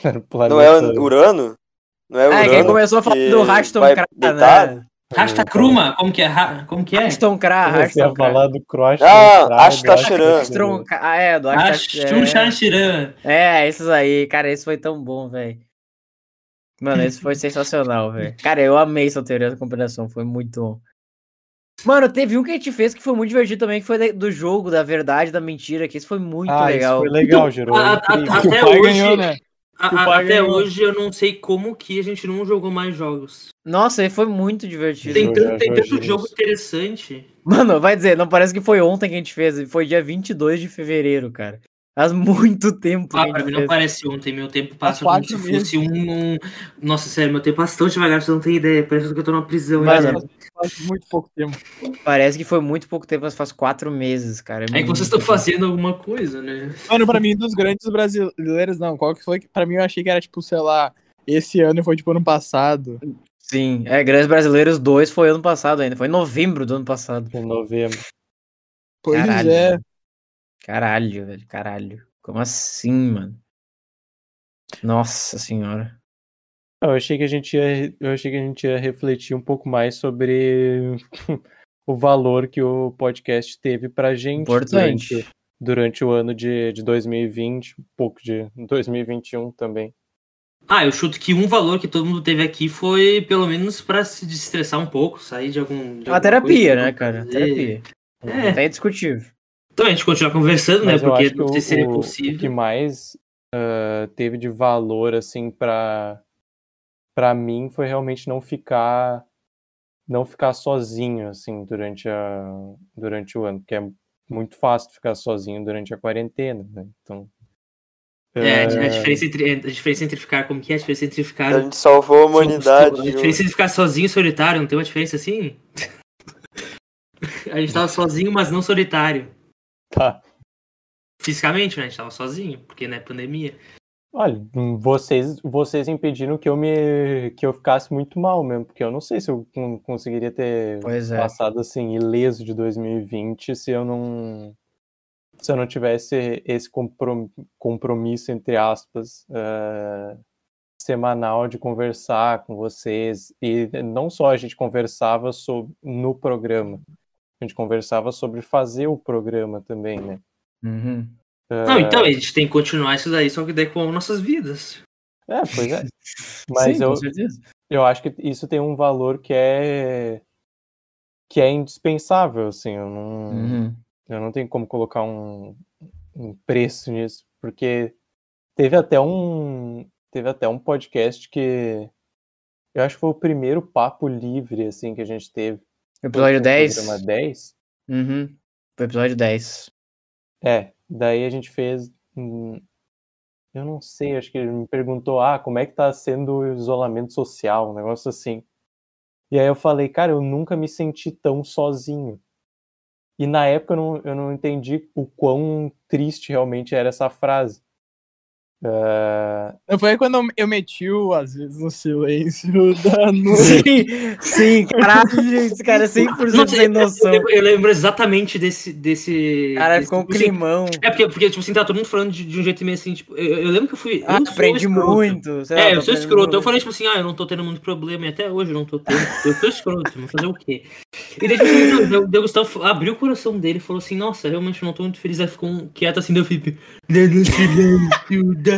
[SPEAKER 3] Era
[SPEAKER 4] Não é
[SPEAKER 3] planeta-
[SPEAKER 4] Urano? Não é
[SPEAKER 1] É,
[SPEAKER 4] Urano?
[SPEAKER 1] quem começou a falar
[SPEAKER 4] que
[SPEAKER 1] do Raston
[SPEAKER 4] vai
[SPEAKER 1] Kra,
[SPEAKER 4] deitar?
[SPEAKER 1] né?
[SPEAKER 5] Rasta Kruma? Como que é? Ra- Como que é?
[SPEAKER 1] Raston Kra,
[SPEAKER 3] Comecei a
[SPEAKER 1] Raston Kra.
[SPEAKER 3] falar do Croácia.
[SPEAKER 4] Ah, Ashtasheran.
[SPEAKER 1] Raston Kra- Ah, é, do
[SPEAKER 5] Rastrum
[SPEAKER 1] Ashton
[SPEAKER 5] Chanchiran.
[SPEAKER 1] É, esses aí. Cara, esse foi tão bom, velho. Mano, esse foi sensacional, velho. Cara, eu amei essa teoria da combinação, foi muito bom. Mano, teve um que a gente fez que foi muito divertido também, que foi da- do jogo, da verdade, da mentira, que isso foi muito
[SPEAKER 3] Ah, isso
[SPEAKER 1] legal.
[SPEAKER 3] foi legal, gerou.
[SPEAKER 5] a- a-
[SPEAKER 4] Ah, tá,
[SPEAKER 3] intriga.
[SPEAKER 5] a-
[SPEAKER 2] Que
[SPEAKER 5] Até
[SPEAKER 2] o pai
[SPEAKER 5] hoje-
[SPEAKER 2] ganhou, né?
[SPEAKER 5] A-
[SPEAKER 2] O
[SPEAKER 5] a-
[SPEAKER 2] pai
[SPEAKER 5] Até
[SPEAKER 2] ganhou.
[SPEAKER 5] hoje eu não sei como que a gente não jogou mais jogos.
[SPEAKER 1] Nossa, ele foi muito divertido.
[SPEAKER 5] Tem
[SPEAKER 3] Jogo,
[SPEAKER 5] tanto, tem
[SPEAKER 3] jogo,
[SPEAKER 5] tanto jogo
[SPEAKER 3] jogos.
[SPEAKER 5] interessante.
[SPEAKER 1] Mano, vai dizer, não parece que foi ontem que a gente fez, foi dia 22 de fevereiro, cara. Faz muito tempo
[SPEAKER 5] Ah,
[SPEAKER 1] que a
[SPEAKER 5] pra
[SPEAKER 1] gente
[SPEAKER 5] mim não
[SPEAKER 1] fez.
[SPEAKER 5] parece ontem, meu tempo passa
[SPEAKER 2] Há
[SPEAKER 5] como se
[SPEAKER 2] quatro meses.
[SPEAKER 5] fosse um, um- Nossa, sério, meu tempo é passa tão devagar, você não tem ideia. Parece que eu tô numa prisão.
[SPEAKER 1] Mano,
[SPEAKER 5] hein, cara.
[SPEAKER 2] Faz muito pouco tempo.
[SPEAKER 1] Parece que foi muito pouco tempo, mas faz quatro meses, cara.
[SPEAKER 5] é que vocês
[SPEAKER 1] muito
[SPEAKER 5] estão fazendo alguma coisa, né?
[SPEAKER 2] Mano, pra mim, um dos grandes brasileiros, não. Qual que foi? que- Pra mim, eu achei que era, tipo, sei lá, esse ano e foi, tipo, ano passado.
[SPEAKER 1] Sim, é, Grandes Brasileiros 2 foi ano passado ainda, foi em novembro do ano passado.
[SPEAKER 3] Em novembro.
[SPEAKER 2] Pois
[SPEAKER 1] Caralho.
[SPEAKER 2] é.
[SPEAKER 1] Caralho, velho, caralho. Como assim, mano? Nossa senhora.
[SPEAKER 3] Eu achei que a gente ia, eu achei que a gente ia refletir um pouco mais sobre o valor que o podcast teve pra gente
[SPEAKER 1] Importante.
[SPEAKER 3] durante, durante o ano de, de 2020, um pouco de 2021 também.
[SPEAKER 5] Ah, eu chuto que um valor que todo mundo teve aqui foi, pelo menos, pra se destressar um pouco, sair de algum. De
[SPEAKER 1] A
[SPEAKER 5] alguma
[SPEAKER 1] terapia,
[SPEAKER 5] coisa,
[SPEAKER 1] né,
[SPEAKER 5] alguma
[SPEAKER 1] cara?
[SPEAKER 5] coisa.
[SPEAKER 1] Terapia.
[SPEAKER 5] É.
[SPEAKER 1] Tá indiscutível.
[SPEAKER 5] Então a gente continuar conversando,
[SPEAKER 3] Mas
[SPEAKER 5] né?
[SPEAKER 3] eu
[SPEAKER 5] Porque
[SPEAKER 3] acho que
[SPEAKER 5] não sei
[SPEAKER 3] o,
[SPEAKER 5] se é
[SPEAKER 3] o- o que
[SPEAKER 5] possível.
[SPEAKER 3] mais ah, teve de valor, assim, pra, pra mim foi realmente não ficar não ficar sozinho, assim, durante, a, durante o ano, porque é muito fácil ficar sozinho durante a quarentena, né? Então,
[SPEAKER 5] É, a
[SPEAKER 3] ah,
[SPEAKER 5] diferença entre, a diferença entre ficar. Como que é? A diferença entre ficar.
[SPEAKER 4] A gente salvou a humanidade.
[SPEAKER 5] A diferença entre ficar sozinho e solitário, não tem uma diferença assim? a gente tava sozinho, mas não solitário.
[SPEAKER 3] tá.
[SPEAKER 5] fisicamente, né? A gente tava sozinho, porque né, pandemia.
[SPEAKER 3] Olha, vocês, vocês impediram que eu me que eu ficasse muito mal mesmo, porque eu não sei se eu con- conseguiria ter
[SPEAKER 1] Pois é.
[SPEAKER 3] passado assim ileso de 2020 se eu não se eu não tivesse esse comprom- compromisso entre aspas eh, semanal de conversar com vocês e não só a gente conversava sobre no programa, a gente conversava sobre fazer o programa também, né?
[SPEAKER 1] Uhum.
[SPEAKER 5] Não,
[SPEAKER 3] Eh,
[SPEAKER 5] então, a gente tem que continuar isso daí, só que daí com nossas vidas.
[SPEAKER 3] É, pois é. Mas
[SPEAKER 1] Sim,
[SPEAKER 3] eu,
[SPEAKER 1] com certeza.
[SPEAKER 3] Eu acho que isso tem um valor que é que é indispensável, assim, eu não,
[SPEAKER 1] Uhum.
[SPEAKER 3] eu não tenho como colocar um, um preço nisso, porque teve até um teve até um podcast que eu acho que foi o primeiro papo livre assim que a gente teve,
[SPEAKER 1] Episódio
[SPEAKER 3] no
[SPEAKER 1] 10.
[SPEAKER 3] programa 10.
[SPEAKER 1] Uhum. Foi Episódio 10.
[SPEAKER 3] É, daí a gente fez hum, eu não sei, acho que ele me perguntou, ah, como é que tá sendo o isolamento social, um negócio assim. E aí eu falei, cara, eu nunca me senti tão sozinho. E na época eu não, eu não entendi o quão triste realmente era essa frase. Ah,
[SPEAKER 2] Foi quando eu- eu meti o, às vezes, no silêncio da noite.
[SPEAKER 1] Sim, sim, caralho, gente, esse cara é 100%
[SPEAKER 5] Nossa,
[SPEAKER 1] sem
[SPEAKER 5] eu-
[SPEAKER 1] noção.
[SPEAKER 5] Eu lembro, eu lembro exatamente desse. desse
[SPEAKER 1] Cara,
[SPEAKER 5] desse-
[SPEAKER 1] ficou um
[SPEAKER 5] tipo assim,
[SPEAKER 1] climão.
[SPEAKER 5] É porque, porque, tipo assim, tá todo mundo falando de, de um jeito meio assim, tipo, eu, eu lembro que eu fui.
[SPEAKER 1] Ah,
[SPEAKER 5] eu sou
[SPEAKER 1] aprendi
[SPEAKER 5] escroto.
[SPEAKER 1] muito. tá sei lá,
[SPEAKER 5] É,
[SPEAKER 1] tô
[SPEAKER 5] eu sou
[SPEAKER 1] aprendendo
[SPEAKER 5] escroto. Eu
[SPEAKER 1] muito.
[SPEAKER 5] falei, tipo assim, ah, eu não tô tendo muito problema, e até hoje eu não tô tendo. Eu sou escroto, mas fazer o quê? E daí, tipo assim, o- o- o Gustavo abriu o coração dele e falou assim, nossa, realmente eu não tô muito feliz. Aí ficou um quieto assim, deu Felipe. Dando silêncio, dando.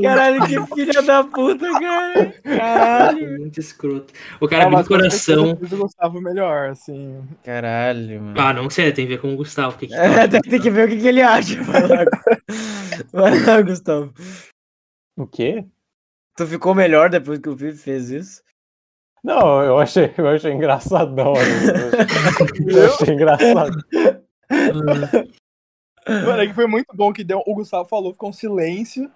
[SPEAKER 1] Caralho, que filha da puta, cara.
[SPEAKER 5] Caralho,
[SPEAKER 1] Caralho.
[SPEAKER 5] Muito escroto. O
[SPEAKER 1] Ah,
[SPEAKER 5] cara abriu
[SPEAKER 2] mas
[SPEAKER 5] o coração.
[SPEAKER 2] Eu gostava melhor, assim.
[SPEAKER 1] Caralho, mano.
[SPEAKER 5] Ah, não sei, tem a ver com o Gustavo. o Que que tá
[SPEAKER 1] É, tem, tem que ver o que, que ele acha. Vai lá, Gu- Vai lá, Gustavo.
[SPEAKER 3] o quê?
[SPEAKER 1] Tu ficou melhor depois que o Pipe fez isso?
[SPEAKER 3] Não, eu achei, eu achei
[SPEAKER 4] um
[SPEAKER 3] engraçadão. né? Eu achei engraçado.
[SPEAKER 2] Mano, é que foi muito bom que deu. O Gustavo falou, ficou um silêncio.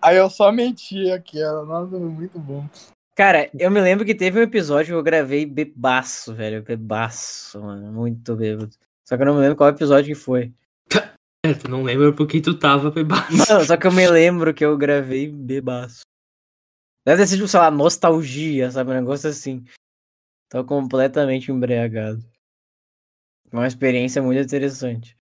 [SPEAKER 2] Aí eu só meti aquela. Nossa, foi muito bom.
[SPEAKER 1] Cara, eu me lembro que teve um episódio que eu gravei bebaço, velho. Bebaço, mano. Muito bêbado. Só que eu não me lembro qual episódio que foi.
[SPEAKER 5] É, tu não lembra porque tu tava bebado.
[SPEAKER 1] Mano, só que eu me lembro que eu gravei bebaço. Deve ter sido, sei lá, nostalgia, sabe? Um negócio assim. Tô completamente embriagado. Uma experiência muito interessante.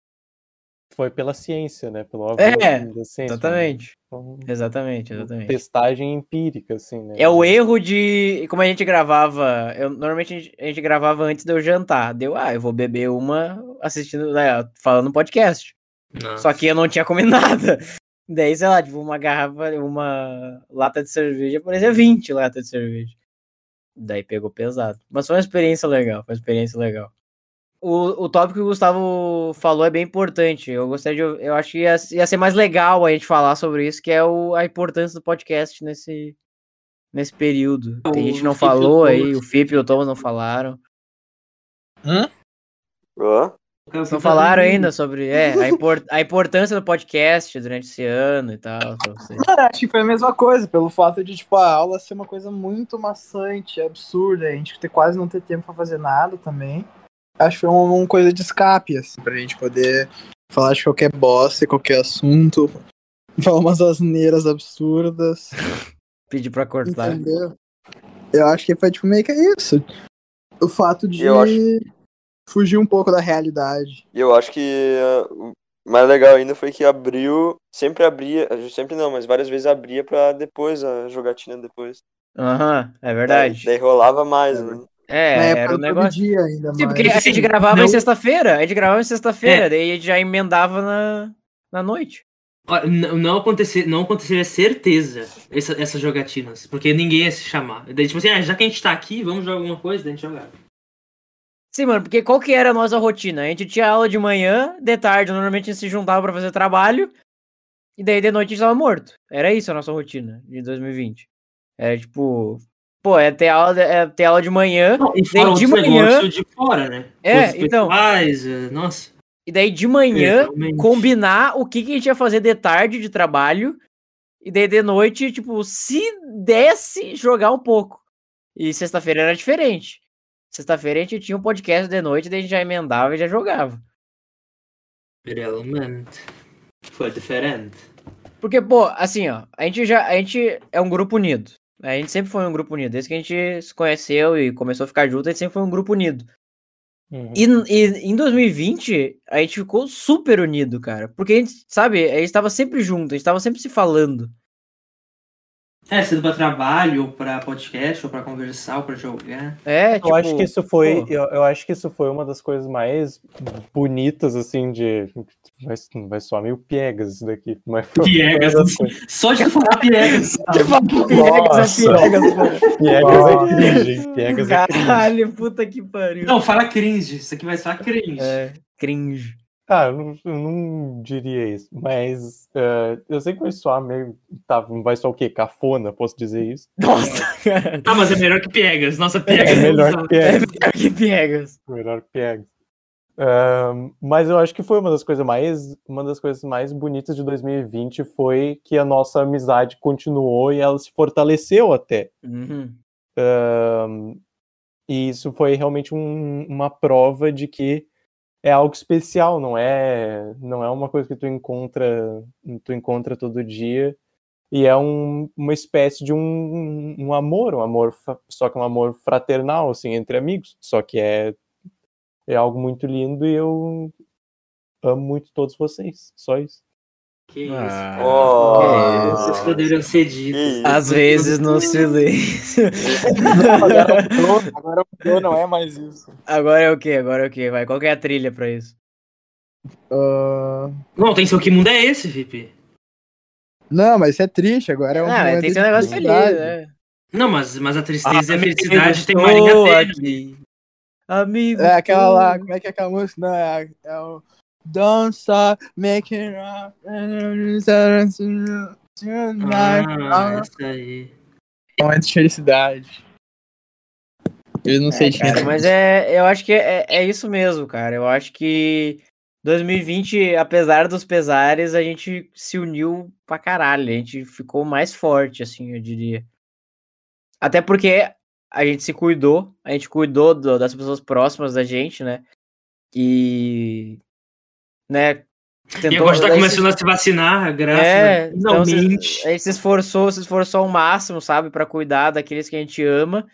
[SPEAKER 3] Foi pela ciência, né? Pelo óbvio
[SPEAKER 1] É,
[SPEAKER 3] da ciência. né?
[SPEAKER 1] Exatamente.
[SPEAKER 3] Então,
[SPEAKER 1] Exatamente, exatamente.
[SPEAKER 3] Testagem empírica, assim, né?
[SPEAKER 1] É o erro de. Como a gente gravava. eu- normalmente a gente, a gente gravava antes de eu jantar. Deu, ah, eu vou beber uma assistindo, né, falando podcast. Só que eu não tinha comido nada. Daí, sei lá, tipo, uma garrafa, uma lata de cerveja, parecia 20 latas de cerveja. Daí pegou pesado. Mas foi uma experiência legal, foi uma experiência legal. O, o tópico que o Gustavo falou é bem importante. Eu gostaria de. ou- Eu acho que ia, ia ser mais legal a gente falar sobre isso, que é o, a importância do podcast nesse, nesse período.
[SPEAKER 5] O
[SPEAKER 1] Tem gente que não
[SPEAKER 5] Felipe e o
[SPEAKER 1] falou aí,
[SPEAKER 5] Thomas.
[SPEAKER 1] o Felipe e o Thomas não falaram.
[SPEAKER 4] Hã?
[SPEAKER 1] Não falaram ainda sobre é, a, impor- a importância do podcast durante esse ano e tal. pra vocês.
[SPEAKER 2] Mano, acho que foi a mesma coisa, pelo fato de, tipo, a aula ser uma coisa muito maçante, absurda, a gente ter quase não ter tempo pra fazer nada também. Acho que foi uma, uma coisa de escape, assim, pra gente poder falar de qualquer bosta, qualquer assunto, falar umas asneiras absurdas,
[SPEAKER 1] Pedir pra
[SPEAKER 4] É
[SPEAKER 1] cortar.
[SPEAKER 2] entendeu? Eu acho que foi, tipo, meio que isso. O fato de
[SPEAKER 4] Eu acho-
[SPEAKER 2] fugir um pouco da realidade.
[SPEAKER 4] E eu acho que eh, o mais legal ainda foi que abriu, sempre abria, sempre não, mas várias vezes abria pra depois, a jogatina depois.
[SPEAKER 1] Aham, é
[SPEAKER 4] Daí,
[SPEAKER 1] verdade.
[SPEAKER 4] daí rolava mais, né?
[SPEAKER 1] É,
[SPEAKER 2] Na
[SPEAKER 1] era
[SPEAKER 2] época
[SPEAKER 1] um
[SPEAKER 2] do Covid
[SPEAKER 1] negócio.
[SPEAKER 2] ainda
[SPEAKER 1] Sim, porque
[SPEAKER 2] mais.
[SPEAKER 1] Tipo, a
[SPEAKER 5] Assim,
[SPEAKER 1] gente gravava
[SPEAKER 5] não-
[SPEAKER 1] em sexta-feira, a gente gravava em sexta-feira, daí a gente já emendava na, na noite.
[SPEAKER 5] Ó, Não, não, acontecer, não aconteceria certeza essa- essas jogatinas, porque ninguém ia se chamar. Daí, tipo assim, ah, já que a gente tá aqui, vamos jogar alguma coisa, daí a gente jogar.
[SPEAKER 1] Sim, mano, porque qual que era a nossa rotina? A gente tinha aula de manhã, de tarde, normalmente a gente se juntava pra fazer trabalho, e daí de noite a gente tava morto. Era isso a nossa rotina de 2020. Era tipo, pô, é ter aula, de- é ter aula de manhã,
[SPEAKER 5] Não, e fora
[SPEAKER 1] Daí de
[SPEAKER 5] outros
[SPEAKER 1] manhã-
[SPEAKER 5] negócios de fora, né?
[SPEAKER 1] É,
[SPEAKER 5] Coisas
[SPEAKER 1] então.
[SPEAKER 5] pessoais, eh, nossa.
[SPEAKER 1] e daí de manhã
[SPEAKER 5] realmente.
[SPEAKER 1] combinar o que, que a gente ia fazer de tarde de trabalho e daí de noite, tipo, se desse jogar um pouco. E sexta-feira era diferente. Sexta-feira a gente tinha um podcast de noite, daí a gente já emendava e já jogava.
[SPEAKER 5] Development. Foi diferente.
[SPEAKER 1] Porque, pô, assim, ó, a gente já. A gente é um grupo unido. A gente sempre foi um grupo unido. Desde que a gente se conheceu e começou a ficar junto, a gente sempre foi um grupo unido.
[SPEAKER 3] Uhum.
[SPEAKER 1] E, e em 2020, a gente ficou super unido, cara. Porque a gente, sabe, a gente tava sempre junto, a gente tava sempre se falando.
[SPEAKER 5] É, sendo pra trabalho, ou pra podcast, ou pra conversar, ou pra jogar.
[SPEAKER 1] É, tipo.
[SPEAKER 3] Eu acho que isso foi,
[SPEAKER 1] pô.
[SPEAKER 3] eu, eu acho que isso foi uma das coisas mais bonitas assim de vai, vai soar meio piegas isso daqui, mas foi uma
[SPEAKER 5] Piegas.
[SPEAKER 3] das coisas-
[SPEAKER 5] Só de tu falar piegas.
[SPEAKER 1] Piegas,
[SPEAKER 3] Nossa.
[SPEAKER 1] piegas, pô.
[SPEAKER 3] piegas é cringe, hein? piegas é cringe.
[SPEAKER 1] Caralho, puta que pariu.
[SPEAKER 5] Não, fala cringe. Isso aqui vai soar cringe.
[SPEAKER 1] É, cringe.
[SPEAKER 3] Ah, eu não, eu não diria isso, mas eh, eu sei que vai soar meio tá, vai soar o quê? Cafona, posso dizer isso?
[SPEAKER 1] Nossa, cara.
[SPEAKER 5] Ah, mas é melhor que piegas. Nossa, piegas
[SPEAKER 3] É melhor que piegas.
[SPEAKER 1] É melhor que piegas.
[SPEAKER 3] Melhor que Piegas. Ahn, mas eu acho que foi uma das coisas mais uma das coisas mais bonitas de 2020 foi que a nossa amizade continuou e ela se fortaleceu até.
[SPEAKER 1] Uhum.
[SPEAKER 3] Ahn, e isso foi realmente um- uma prova de que é algo especial, não é não é uma coisa que tu encontra tu encontra todo dia e é um- uma espécie de um, um amor, um amor fa- só que um amor fraternal assim entre amigos, só que é é algo muito lindo e eu amo muito todos vocês, só isso.
[SPEAKER 5] Que isso.
[SPEAKER 1] Ah.
[SPEAKER 4] Oh.
[SPEAKER 5] É. Vocês poderiam ser ditos.
[SPEAKER 4] isso.
[SPEAKER 1] Às vezes no silêncio.
[SPEAKER 2] Agora mudou, agora mudou, não é mais isso.
[SPEAKER 1] Agora é o que? Agora é o que? Vai, qual que é a trilha pra isso?
[SPEAKER 2] Ah,
[SPEAKER 5] Não, tem seu que mundo é esse, Felipe.
[SPEAKER 2] Não, mas isso é triste, agora é um
[SPEAKER 1] Ah,
[SPEAKER 2] momento
[SPEAKER 1] tem que ser um
[SPEAKER 2] de
[SPEAKER 1] negócio feliz,
[SPEAKER 2] felicidade.
[SPEAKER 1] né?
[SPEAKER 5] Não, mas, mas a tristeza e a
[SPEAKER 1] Amigo,
[SPEAKER 5] felicidade tem
[SPEAKER 1] estou
[SPEAKER 5] uma linha tênue.
[SPEAKER 1] aqui. Amigo.
[SPEAKER 2] É aquela
[SPEAKER 1] estou-
[SPEAKER 2] lá, como é que é aquela música? Não, é, a- é o Don't Stop Making Up
[SPEAKER 5] Ah,
[SPEAKER 2] Tonight.
[SPEAKER 5] isso aí.
[SPEAKER 2] Ah, Momento de felicidade. Eu não sei de quem tá
[SPEAKER 1] Cara, mas é, eu acho que é, é isso mesmo, cara. Eu acho que 2020, apesar dos pesares, a gente se uniu pra caralho. A gente ficou mais forte, assim, eu diria. Até porque a gente se cuidou, a gente cuidou do- das pessoas próximas da gente, né? E. né?
[SPEAKER 5] e agora tá
[SPEAKER 1] daí se-
[SPEAKER 5] começando a se vacinar, graças a né?
[SPEAKER 1] é,
[SPEAKER 5] Deus.
[SPEAKER 1] então se-
[SPEAKER 5] Finalmente.
[SPEAKER 1] a gente se esforçou, se esforçou ao máximo, sabe, Pra cuidar daqueles que a gente ama.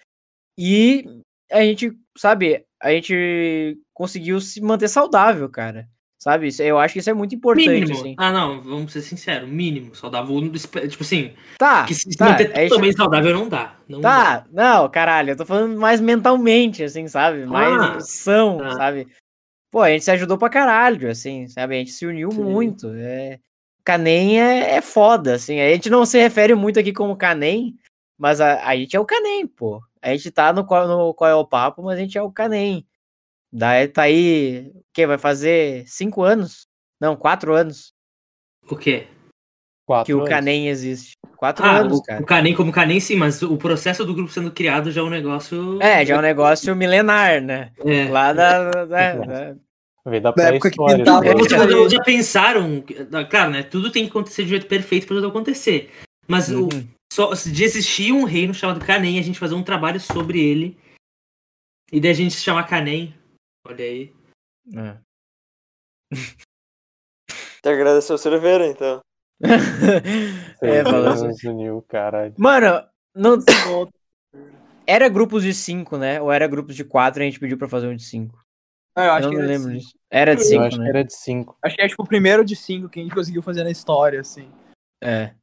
[SPEAKER 1] E a gente, sabe, a gente conseguiu se manter saudável, cara. Sabe? Isso- Eu acho que isso é muito importante,
[SPEAKER 5] Mínimo.
[SPEAKER 1] assim.
[SPEAKER 5] Ah, não, vamos ser sinceros, mínimo. Só dava um. espe- Tipo assim,
[SPEAKER 1] Tá.
[SPEAKER 5] que se se
[SPEAKER 1] tá,
[SPEAKER 5] manter
[SPEAKER 1] a gente-
[SPEAKER 5] totalmente saudável não dá. Não dá.
[SPEAKER 1] Tá, não, caralho, eu tô falando mais mentalmente, assim, sabe?
[SPEAKER 5] Ah,
[SPEAKER 1] Mais são,
[SPEAKER 5] tá.
[SPEAKER 1] sabe? Pô, a gente se ajudou pra caralho, assim, sabe? A gente se uniu
[SPEAKER 5] Sim.
[SPEAKER 1] muito. É... Canem é, é foda, assim. A gente não se refere muito aqui como Canem, mas a, a gente é o Canem, pô. A gente tá no qual, no qual é o papo, mas a gente é o Canem. Daí tá aí, o quê? Vai fazer cinco anos? Não, quatro anos
[SPEAKER 5] O quê?
[SPEAKER 3] Quatro
[SPEAKER 1] que o
[SPEAKER 3] anos.
[SPEAKER 1] Canem existe. Quatro
[SPEAKER 5] Ah,
[SPEAKER 1] anos,
[SPEAKER 5] o,
[SPEAKER 1] cara.
[SPEAKER 5] o Canem como Canem sim, mas o processo do grupo sendo criado já é um negócio.
[SPEAKER 1] É, já é um negócio milenar, né?
[SPEAKER 5] É.
[SPEAKER 1] Lá da. da- da-
[SPEAKER 3] Veio da
[SPEAKER 2] Na época que
[SPEAKER 3] pré-história.
[SPEAKER 2] pintava
[SPEAKER 3] isso daí.
[SPEAKER 5] Ou
[SPEAKER 1] isso
[SPEAKER 5] seja,
[SPEAKER 1] aí.
[SPEAKER 5] já pensaram. Claro, né? Tudo tem que acontecer de jeito perfeito pra tudo acontecer. Mas o,
[SPEAKER 1] Uhum.
[SPEAKER 5] só de existir um reino chamado Canem, a gente fazer um trabalho sobre ele. E daí a gente se chamar Canem. Olha aí.
[SPEAKER 1] É.
[SPEAKER 4] Te agradecer o cerveira, então.
[SPEAKER 1] É, falou assim.
[SPEAKER 3] Deus uniu, caralho.
[SPEAKER 1] Mano, não. Era grupos de 5, né? Ou era grupos de 4 e a gente pediu pra fazer um de 5.
[SPEAKER 2] Ah, eu
[SPEAKER 1] Eu
[SPEAKER 2] acho
[SPEAKER 1] não
[SPEAKER 2] que
[SPEAKER 1] me
[SPEAKER 2] era de
[SPEAKER 1] lembro
[SPEAKER 2] cinco.
[SPEAKER 1] disso. Era de
[SPEAKER 3] Eu
[SPEAKER 1] 5,
[SPEAKER 3] acho
[SPEAKER 1] né?
[SPEAKER 3] que era de cinco.
[SPEAKER 2] Acho que é tipo o primeiro de cinco que a gente conseguiu fazer na história, assim.
[SPEAKER 1] É.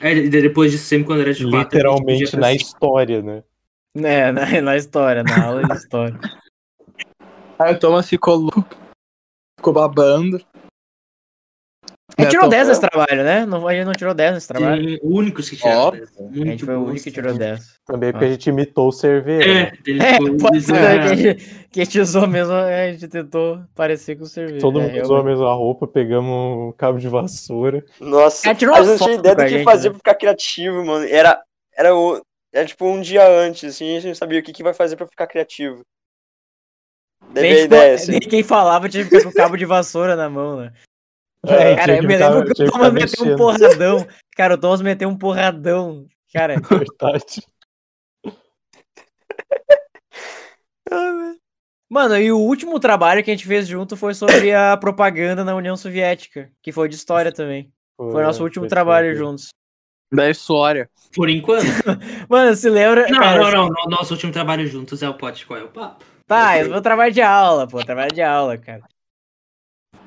[SPEAKER 5] É, e daí depois disso, sempre quando era de quatro.
[SPEAKER 3] Literalmente na
[SPEAKER 5] a gente podia
[SPEAKER 3] história, né?
[SPEAKER 1] É, na, na história, na aula de história.
[SPEAKER 2] Aí o Thomas ficou louco, ficou babando.
[SPEAKER 1] A gente tirou
[SPEAKER 2] Né,
[SPEAKER 1] 10
[SPEAKER 2] Thomas?
[SPEAKER 1] nesse trabalho, né? Não, a gente não tirou 10 nesse
[SPEAKER 5] fazer-
[SPEAKER 1] trabalho.
[SPEAKER 5] Sim, únicos que tiraram.
[SPEAKER 2] Óbvio.
[SPEAKER 5] dessa.
[SPEAKER 1] a gente foi o único que
[SPEAKER 5] bons.
[SPEAKER 1] tirou 10.
[SPEAKER 3] Também porque
[SPEAKER 1] Ah.
[SPEAKER 3] a gente imitou o né? cerveja.
[SPEAKER 5] É, ele
[SPEAKER 1] É,
[SPEAKER 5] foi-
[SPEAKER 1] pode
[SPEAKER 5] ele-
[SPEAKER 1] ser que a gente- que a gente usou mesmo, é, a gente tentou parecer com o serviço.
[SPEAKER 3] Todo
[SPEAKER 1] é,
[SPEAKER 3] mundo usou a
[SPEAKER 1] realmente.
[SPEAKER 3] mesma roupa, pegamos um cabo de vassoura.
[SPEAKER 4] Nossa,
[SPEAKER 1] Cara, É tirou
[SPEAKER 4] a
[SPEAKER 1] uma
[SPEAKER 4] gente não
[SPEAKER 1] foto
[SPEAKER 4] tinha ideia do
[SPEAKER 1] pra
[SPEAKER 4] que
[SPEAKER 1] gente,
[SPEAKER 4] fazer
[SPEAKER 1] né?
[SPEAKER 4] pra ficar criativo, mano. Era, era, o, era tipo um dia antes, assim, a gente não sabia o que, que vai fazer pra ficar criativo. Deve
[SPEAKER 1] Nem,
[SPEAKER 4] a
[SPEAKER 1] ficou-
[SPEAKER 4] ideia, assim.
[SPEAKER 1] nem quem falava tinha que ficar com o cabo de vassoura na mão, né?
[SPEAKER 3] É,
[SPEAKER 1] Cara,
[SPEAKER 3] tinha
[SPEAKER 1] eu
[SPEAKER 3] que
[SPEAKER 1] me
[SPEAKER 3] ficar-
[SPEAKER 1] lembro que
[SPEAKER 3] tinha
[SPEAKER 1] o
[SPEAKER 3] que
[SPEAKER 1] Thomas
[SPEAKER 3] ficar
[SPEAKER 1] meteu um
[SPEAKER 3] mexendo,
[SPEAKER 1] porradão. Cara, o Thomas meteu um porradão. Cara,
[SPEAKER 3] verdade.
[SPEAKER 1] Mano, e o último trabalho que a gente fez junto foi sobre a propaganda na União Soviética, que foi de história também. Foi o nosso último
[SPEAKER 3] assim.
[SPEAKER 1] trabalho juntos.
[SPEAKER 2] Da história.
[SPEAKER 5] Por enquanto.
[SPEAKER 1] Mano, se lembra.
[SPEAKER 5] Não,
[SPEAKER 1] cara,
[SPEAKER 5] não, não, no- Nosso último trabalho juntos é o pote qual é o papo.
[SPEAKER 1] Tá, eu vou trabalho de aula, pô, trabalho de aula, cara.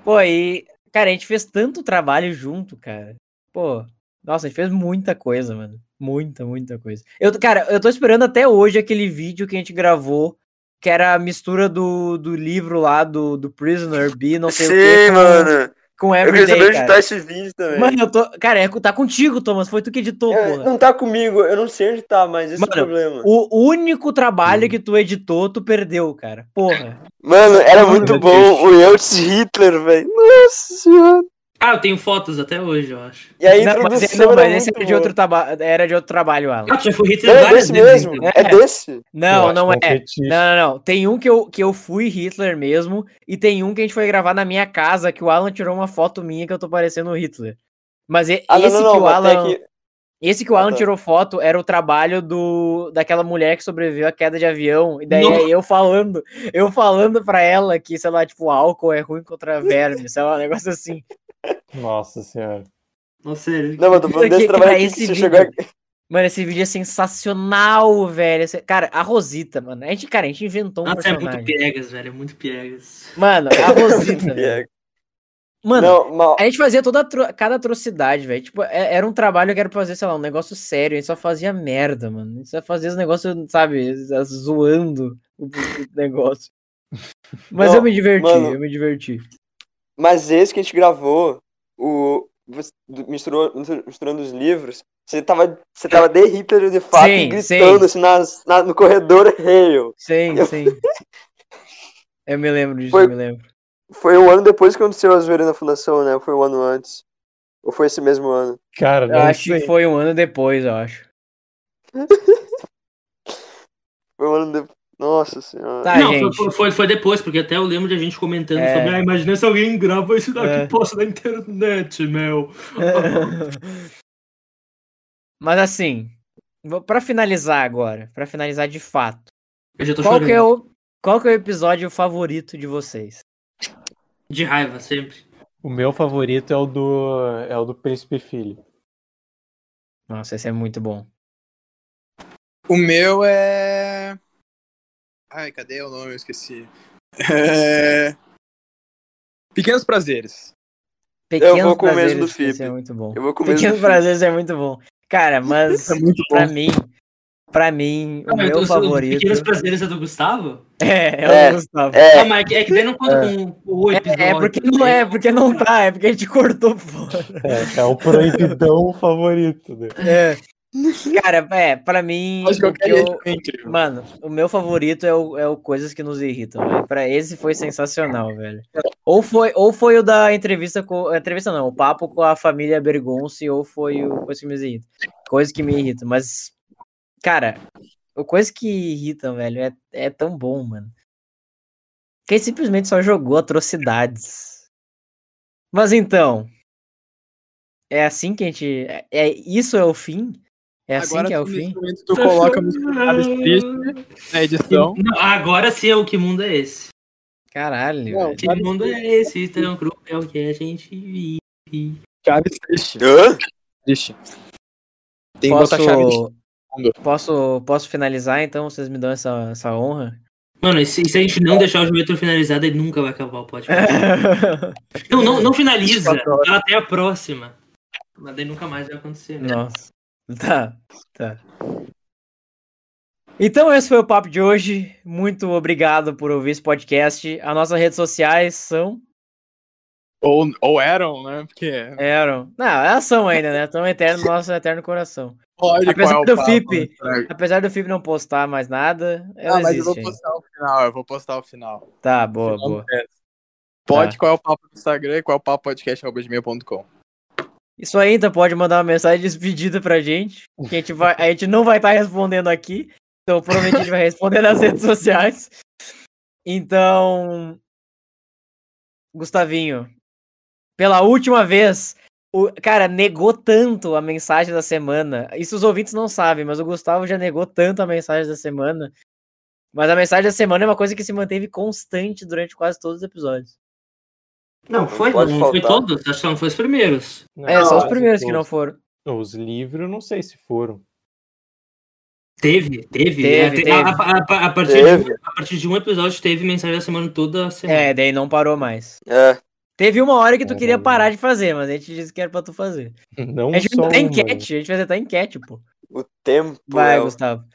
[SPEAKER 1] Pô, e, cara, a gente fez tanto trabalho junto, cara. Pô, nossa, a gente fez muita coisa, mano. Muita, muita coisa. Eu, cara, eu tô esperando até hoje aquele vídeo que a gente gravou, que era a mistura do, do livro lá do, do Prisoner B, não sei o quê,
[SPEAKER 4] Sim,
[SPEAKER 1] com-
[SPEAKER 4] mano.
[SPEAKER 1] com
[SPEAKER 4] Eu queria
[SPEAKER 1] Everyday,
[SPEAKER 4] saber
[SPEAKER 1] cara.
[SPEAKER 4] editar esse vídeo também.
[SPEAKER 1] Mano, eu tô. Cara, é, co- tá contigo, Thomas. Foi tu que editou,
[SPEAKER 4] É,
[SPEAKER 1] porra.
[SPEAKER 4] não tá comigo, eu não sei onde tá, mas esse
[SPEAKER 1] Mano,
[SPEAKER 4] é o problema.
[SPEAKER 1] O único
[SPEAKER 4] Hum.
[SPEAKER 1] trabalho que tu editou, tu perdeu, cara. Porra.
[SPEAKER 4] Mano, era
[SPEAKER 2] Mano,
[SPEAKER 4] muito
[SPEAKER 2] meu
[SPEAKER 4] bom o Yeltsin Hitler, velho. Nossa senhora.
[SPEAKER 5] Ah, eu tenho fotos até hoje, eu acho.
[SPEAKER 4] E aí,
[SPEAKER 1] não, mas,
[SPEAKER 4] É introdução né?
[SPEAKER 1] não,
[SPEAKER 4] era
[SPEAKER 1] mas esse
[SPEAKER 4] muito
[SPEAKER 1] era de,
[SPEAKER 4] boa.
[SPEAKER 1] outro traba... era de outro trabalho, Alan.
[SPEAKER 5] Ah, tu já foi Hitler
[SPEAKER 4] Não, é
[SPEAKER 5] várias
[SPEAKER 4] desse
[SPEAKER 5] vezes.
[SPEAKER 4] mesmo.
[SPEAKER 1] né?
[SPEAKER 5] então.
[SPEAKER 4] É desse?
[SPEAKER 1] Não, não é.
[SPEAKER 3] um Fetiche.
[SPEAKER 1] Não, não, não. Tem um que eu, que eu fui Hitler mesmo, e tem um que a gente foi gravar na minha casa, que o Alan tirou uma foto minha que eu tô parecendo o Hitler. Mas e-
[SPEAKER 4] Ah, não,
[SPEAKER 1] esse,
[SPEAKER 4] não, não.
[SPEAKER 1] que o
[SPEAKER 4] mas tem
[SPEAKER 1] Alan,
[SPEAKER 4] que-
[SPEAKER 1] esse que o
[SPEAKER 4] Ah,
[SPEAKER 1] Alan
[SPEAKER 4] tá.
[SPEAKER 1] tirou foto era o trabalho do daquela mulher que sobreviveu à queda de avião. E daí
[SPEAKER 5] Não.
[SPEAKER 1] é eu falando, eu falando pra ela que, sei lá, tipo, álcool é ruim contra verme, sei lá, um negócio assim.
[SPEAKER 3] Nossa senhora.
[SPEAKER 5] Nossa, sério.
[SPEAKER 4] Não, mas tô falando
[SPEAKER 1] Que-
[SPEAKER 4] desse
[SPEAKER 1] que
[SPEAKER 4] trabalho
[SPEAKER 1] era
[SPEAKER 4] aqui que
[SPEAKER 1] é esse
[SPEAKER 4] você
[SPEAKER 1] vídeo.
[SPEAKER 4] chegou aqui.
[SPEAKER 1] Mano, esse vídeo é sensacional, velho. Esse- Cara, a Rosita, mano. A gente, cara, a gente inventou um
[SPEAKER 5] Nossa, é
[SPEAKER 1] personagem.
[SPEAKER 5] muito piegas, velho. É muito piegas.
[SPEAKER 1] Mano, a Rosita, velho.
[SPEAKER 4] É.
[SPEAKER 1] tá Mano,
[SPEAKER 4] Não, mal.
[SPEAKER 1] a gente fazia toda atro- cada atrocidade, velho. Tipo, é- era um trabalho que era pra fazer, sei lá, um negócio sério. A gente só fazia merda, mano. A gente só fazia os negócios, sabe, zoando o, o negócio. Mas
[SPEAKER 4] Não,
[SPEAKER 1] eu me diverti,
[SPEAKER 4] mano.
[SPEAKER 1] eu me diverti.
[SPEAKER 4] Mas esse que a gente gravou, o. você Misturou, misturando os livros, você tava, você tava de Hitler de fato e
[SPEAKER 1] Sim, sim.
[SPEAKER 4] gritando assim nas- na- no corredor Hail.
[SPEAKER 1] Sim,
[SPEAKER 4] Eu-
[SPEAKER 1] sim. Eu me lembro disso,
[SPEAKER 4] Foi-
[SPEAKER 1] eu me lembro.
[SPEAKER 4] Foi um ano depois que aconteceu a zoeira na fundação, né? Foi um ano antes. Ou foi esse mesmo ano?
[SPEAKER 3] Cara,
[SPEAKER 1] Eu
[SPEAKER 3] não
[SPEAKER 1] acho
[SPEAKER 3] sei.
[SPEAKER 1] que foi um ano depois, eu acho.
[SPEAKER 4] Foi um ano depois. Nossa senhora.
[SPEAKER 1] Tá,
[SPEAKER 5] não,
[SPEAKER 1] gente.
[SPEAKER 5] Foi, foi, foi depois, porque até eu lembro de a gente comentando
[SPEAKER 1] É.
[SPEAKER 5] sobre, ah, imagina se alguém grava isso daqui
[SPEAKER 1] É.
[SPEAKER 5] e posta na internet, meu.
[SPEAKER 1] Mas assim, vou- pra finalizar agora, pra finalizar de fato.
[SPEAKER 5] Eu já tô
[SPEAKER 1] Qual
[SPEAKER 5] chorando.
[SPEAKER 1] que, é o, qual que é o episódio favorito de vocês?
[SPEAKER 5] De raiva, sempre.
[SPEAKER 3] O meu favorito é o do é o do Príncipe Filho.
[SPEAKER 1] Nossa, esse é muito bom.
[SPEAKER 2] O meu é. Ai, cadê o nome? Eu esqueci. É... Pequenos Prazeres.
[SPEAKER 1] Pequenos
[SPEAKER 4] vou com o mesmo
[SPEAKER 1] prazeres,
[SPEAKER 4] do
[SPEAKER 1] esse é
[SPEAKER 4] Felipe.
[SPEAKER 1] muito bom.
[SPEAKER 4] Eu vou comer.
[SPEAKER 1] Pequenos prazeres é muito bom. Cara, mas
[SPEAKER 2] É muito bom.
[SPEAKER 1] pra mim, pra mim, É o
[SPEAKER 5] Ah, eu
[SPEAKER 1] meu
[SPEAKER 5] tô- os- os
[SPEAKER 1] favorito
[SPEAKER 5] Pequenos prazeres é do Gustavo?
[SPEAKER 1] é, é o
[SPEAKER 4] É,
[SPEAKER 1] Gustavo. É,
[SPEAKER 4] É,
[SPEAKER 5] Ah, mas é que- é que daí não conta com o episódio.
[SPEAKER 1] é porque não é, porque não tá, é porque a gente cortou fora.
[SPEAKER 3] É, é o proibidão favorito. Né?
[SPEAKER 1] É. Cara, é, pra mim,
[SPEAKER 2] Acho que eu
[SPEAKER 1] o que
[SPEAKER 2] queria
[SPEAKER 1] eu,
[SPEAKER 2] também, é incrível.
[SPEAKER 1] Mano, o meu favorito é o, é o Coisas que nos irritam, velho. Pra esse foi sensacional, velho. Ou foi, ou foi o da entrevista com. a Entrevista não, o papo com a família Bergonce, ou foi o Coisas que me irritam. Coisas que me irritam, mas. Cara, o Coisas que irritam, velho, é, é tão bom, mano. Que ele simplesmente só jogou atrocidades. Mas então. É assim que a gente. É, é- isso é o fim? É assim
[SPEAKER 2] Agora
[SPEAKER 1] que é o
[SPEAKER 2] tu,
[SPEAKER 1] fim?
[SPEAKER 2] nesse momento, tu coloca a música do Chaves Triste na edição.
[SPEAKER 5] Não, agora sim é o que mundo é esse.
[SPEAKER 1] Caralho.
[SPEAKER 2] Não,
[SPEAKER 1] velho.
[SPEAKER 5] Que
[SPEAKER 2] Chaves
[SPEAKER 5] mundo é esse tão cruel que a gente vive.
[SPEAKER 2] Chaves Triste.
[SPEAKER 4] Hã?
[SPEAKER 2] Triste. Tem que
[SPEAKER 1] Posso,
[SPEAKER 2] botar Chaves Triste. mundo.
[SPEAKER 1] posso, posso finalizar, então? Vocês me dão essa, essa honra?
[SPEAKER 5] Mano, e se, e se a gente não deixar o Juventude finalizado, ele nunca vai acabar o podcast.
[SPEAKER 1] É.
[SPEAKER 5] Não, não, não finaliza.
[SPEAKER 2] 24 horas.
[SPEAKER 5] Até a próxima. Mas daí nunca mais vai acontecer, né?
[SPEAKER 1] Nossa. Tá, tá. Então esse foi o papo de hoje. Muito obrigado por ouvir esse podcast. As nossas redes sociais são...
[SPEAKER 2] Ou, ou eram, né? Porque.
[SPEAKER 1] Eram... Não, elas são ainda, né? Estão eterno no nosso eterno coração.
[SPEAKER 2] Olha
[SPEAKER 1] Apesar
[SPEAKER 2] qual é o
[SPEAKER 1] do
[SPEAKER 2] papo,
[SPEAKER 1] Fipe.
[SPEAKER 2] né?
[SPEAKER 1] Apesar do Felipe não postar mais nada, ela
[SPEAKER 2] Ah, mas eu vou
[SPEAKER 1] existe ainda.
[SPEAKER 2] postar o final, eu vou postar o final.
[SPEAKER 1] Tá, boa,
[SPEAKER 2] Final
[SPEAKER 1] boa. Tá.
[SPEAKER 2] do teste. Pode, qual é o papo do Instagram e qual é o papo podcast, arroba gmail.com.
[SPEAKER 1] Isso aí, então pode mandar uma mensagem de despedida pra gente. Que a gente, vai, a gente não vai estar respondendo aqui. Então provavelmente a gente vai responder nas redes sociais. Então. Gustavinho, pela última vez, o cara negou tanto a mensagem da semana. Isso os ouvintes não sabem, mas o Gustavo já negou tanto a mensagem da semana. Mas a mensagem da semana é uma coisa que se manteve constante durante quase todos os episódios.
[SPEAKER 5] Não, foi, não,
[SPEAKER 4] pode
[SPEAKER 5] foi
[SPEAKER 4] faltar.
[SPEAKER 5] todos. Acho que só não foi os primeiros.
[SPEAKER 1] é, só os
[SPEAKER 3] mas
[SPEAKER 1] primeiros que não foram.
[SPEAKER 3] tipo, Os livros, eu não sei se foram.
[SPEAKER 5] Teve, teve.
[SPEAKER 1] Teve, teve.
[SPEAKER 5] A- A, a- a partir
[SPEAKER 4] Teve.
[SPEAKER 5] de, a partir de um episódio teve mensagem da semana toda a semana.
[SPEAKER 1] É, daí não parou mais.
[SPEAKER 4] É,
[SPEAKER 1] Teve uma hora que tu
[SPEAKER 3] É,
[SPEAKER 1] queria
[SPEAKER 3] não.
[SPEAKER 1] parar de fazer, mas a gente disse que era pra tu fazer.
[SPEAKER 5] Um
[SPEAKER 3] Não
[SPEAKER 1] A gente
[SPEAKER 3] só um,
[SPEAKER 1] vai tentar
[SPEAKER 3] uma.
[SPEAKER 1] enquete, a gente vai tentar enquete, pô.
[SPEAKER 4] o tempo.
[SPEAKER 1] Vai,
[SPEAKER 4] é o- né?
[SPEAKER 1] Gustavo.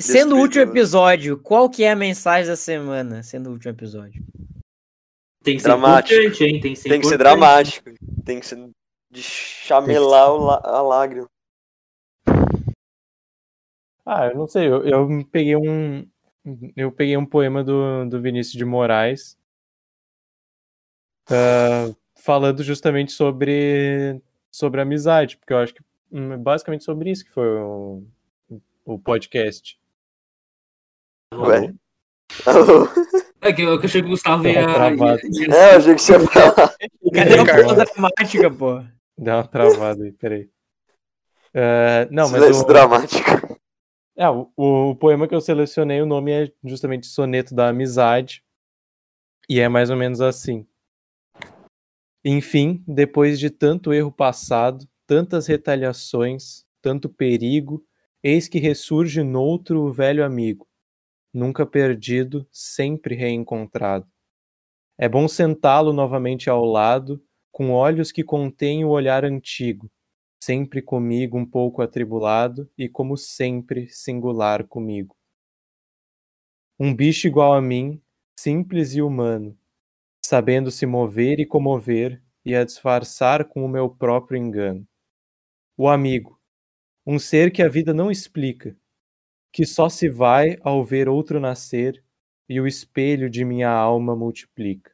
[SPEAKER 1] Sendo o último
[SPEAKER 4] Destrutivo.
[SPEAKER 1] episódio, qual que é a mensagem da semana? Sendo o último episódio.
[SPEAKER 5] Tem que ser
[SPEAKER 4] Dramático.
[SPEAKER 5] importante, hein? Tem que ser,
[SPEAKER 4] Tem que ser
[SPEAKER 5] importante.
[SPEAKER 4] dramático. Tem que ser de chamelar o la- a lágrima.
[SPEAKER 3] Ah, eu não sei, eu, eu peguei um. Eu peguei um poema do, do Vinícius de Moraes ah, falando justamente sobre, sobre amizade, porque eu acho que hum, é basicamente sobre isso que foi o, o podcast.
[SPEAKER 4] Ué. Alô?
[SPEAKER 5] É que eu, que eu achei que o Gustavo ia. assim,
[SPEAKER 3] Tava travado.
[SPEAKER 5] ia- ia-
[SPEAKER 4] É, eu achei que você ia falar.
[SPEAKER 1] Cadê a
[SPEAKER 3] Cara.
[SPEAKER 1] porra dramática, pô?
[SPEAKER 3] Deu uma travada aí, peraí. Ah, não, mas
[SPEAKER 4] Silêncio
[SPEAKER 3] o-
[SPEAKER 4] dramático.
[SPEAKER 3] É, o, o poema que eu selecionei, o nome é justamente Soneto da Amizade. E é mais ou menos assim. Enfim, depois de tanto erro passado, tantas retaliações, tanto perigo, eis que ressurge noutro o velho amigo. Nunca perdido, sempre reencontrado. É bom sentá-lo novamente ao lado, com olhos que contêm o olhar antigo sempre comigo um pouco atribulado e como sempre singular comigo. Um bicho igual a mim, simples e humano, sabendo se mover e comover e a disfarçar com o meu próprio engano. O amigo, um ser que a vida não explica, que só se vai ao ver outro nascer e o espelho de minha alma multiplica.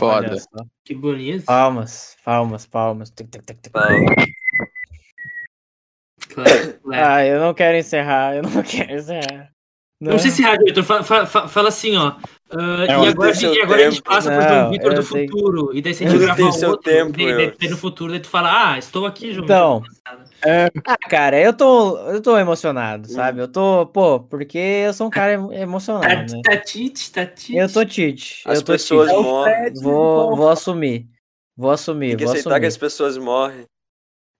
[SPEAKER 1] Olha
[SPEAKER 6] Foda.
[SPEAKER 1] só.
[SPEAKER 5] Que bonito.
[SPEAKER 1] Ah. Palmas, palmas, palmas. Tic, tic, tic, tic.
[SPEAKER 5] Claro, claro.
[SPEAKER 1] Ah, eu não quero encerrar, eu não quero encerrar.
[SPEAKER 5] Não
[SPEAKER 4] é.
[SPEAKER 5] sei se rádio, Vitor, fa- fa- fa- fala, assim, ó.
[SPEAKER 1] É,
[SPEAKER 5] ah,
[SPEAKER 6] Não,
[SPEAKER 5] e agora, a gente,
[SPEAKER 4] deixa
[SPEAKER 5] e
[SPEAKER 4] o
[SPEAKER 5] agora a gente
[SPEAKER 4] tempo.
[SPEAKER 5] passa pro
[SPEAKER 1] Não,
[SPEAKER 5] João Vitor
[SPEAKER 1] eu
[SPEAKER 5] do
[SPEAKER 1] sei.
[SPEAKER 5] futuro. E daí se a
[SPEAKER 4] Eu
[SPEAKER 5] gente gravar
[SPEAKER 4] dei seu
[SPEAKER 5] outro,
[SPEAKER 4] tempo,
[SPEAKER 5] daí, daí,
[SPEAKER 4] eu-
[SPEAKER 5] daí no futuro, daí tu fala, ah, estou aqui, João
[SPEAKER 1] Então,
[SPEAKER 5] Vitor.
[SPEAKER 2] É,
[SPEAKER 1] Ah, cara, eu tô, eu tô emocionado,
[SPEAKER 4] Hum.
[SPEAKER 1] sabe? Eu tô, pô, porque eu sou um cara emo-
[SPEAKER 5] Tá,
[SPEAKER 1] emocionado, né?
[SPEAKER 5] Tati, tatite, tatite.
[SPEAKER 1] Eu tô Tite,
[SPEAKER 4] Tá As
[SPEAKER 1] eu tô
[SPEAKER 4] pessoas
[SPEAKER 1] Tite.
[SPEAKER 4] morrem.
[SPEAKER 1] Vou, vou assumir, vou assumir,
[SPEAKER 4] Tem que
[SPEAKER 1] vou
[SPEAKER 4] aceitar
[SPEAKER 1] assumir.
[SPEAKER 4] que as pessoas morrem.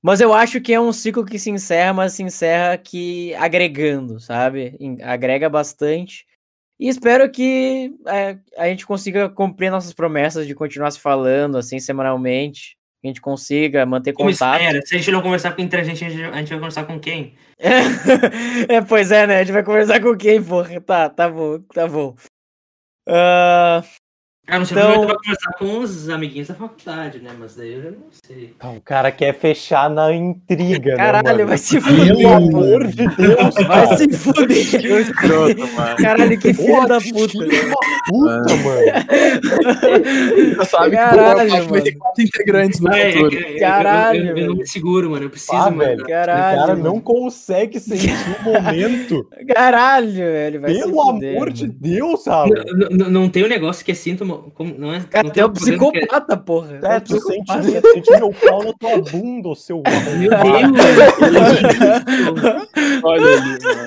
[SPEAKER 1] Mas eu acho que é um ciclo que se encerra, mas se encerra que agregando, sabe? Em- Agrega bastante. E espero que é, a gente consiga cumprir nossas promessas de continuar se falando assim semanalmente. Que a gente consiga manter
[SPEAKER 5] Como
[SPEAKER 1] contato.
[SPEAKER 5] espera, se a gente não conversar com entre a gente, a gente, a gente vai conversar com quem?
[SPEAKER 1] É, pois é, né? A gente vai conversar com quem, porra? Tá, tá bom, tá bom. Ah,
[SPEAKER 5] Ah, não sei
[SPEAKER 1] Então-
[SPEAKER 5] então... vai conversar com os amiguinhos da faculdade, né? Mas daí eu já não sei.
[SPEAKER 3] o cara quer fechar na intriga, né,
[SPEAKER 1] caralho, vai se fuder.
[SPEAKER 3] Pelo
[SPEAKER 1] pô.
[SPEAKER 3] amor de Deus,
[SPEAKER 1] Vai
[SPEAKER 3] cara.
[SPEAKER 1] se fuder.
[SPEAKER 6] Escroto, mano.
[SPEAKER 1] Caralho, que filho
[SPEAKER 3] Porra,
[SPEAKER 1] da
[SPEAKER 3] que
[SPEAKER 1] puta. né?
[SPEAKER 3] filho da puta, mano.
[SPEAKER 2] Eu sabe
[SPEAKER 1] Caralho,
[SPEAKER 2] que o Boa Papo vai ter
[SPEAKER 1] mano.
[SPEAKER 2] quatro integrantes no
[SPEAKER 5] É, é,
[SPEAKER 2] futuro.
[SPEAKER 5] é, é, eu-
[SPEAKER 1] Caralho,
[SPEAKER 5] eu, eu, eu não me seguro, mano. Eu preciso,
[SPEAKER 3] Ah,
[SPEAKER 5] mano.
[SPEAKER 3] velho.
[SPEAKER 1] Caralho.
[SPEAKER 3] o cara
[SPEAKER 1] mano.
[SPEAKER 3] não consegue sentir o momento.
[SPEAKER 1] Caralho, velho. Vai se
[SPEAKER 3] Pelo
[SPEAKER 1] fuder,
[SPEAKER 3] amor
[SPEAKER 1] mano.
[SPEAKER 3] de Deus, sabe?
[SPEAKER 5] Não, não- não tem um negócio que é síntoma. Como, não é,
[SPEAKER 1] Cara,
[SPEAKER 5] não
[SPEAKER 1] tu é
[SPEAKER 5] tem
[SPEAKER 1] um psicopata, porra. Tu é
[SPEAKER 3] É,
[SPEAKER 1] um
[SPEAKER 3] tu sente,
[SPEAKER 1] psicopata.
[SPEAKER 3] tu sente meu pau na tua bunda, ô seu
[SPEAKER 5] Meu
[SPEAKER 3] arrombado.
[SPEAKER 5] Deus!
[SPEAKER 6] Olha ali, mano.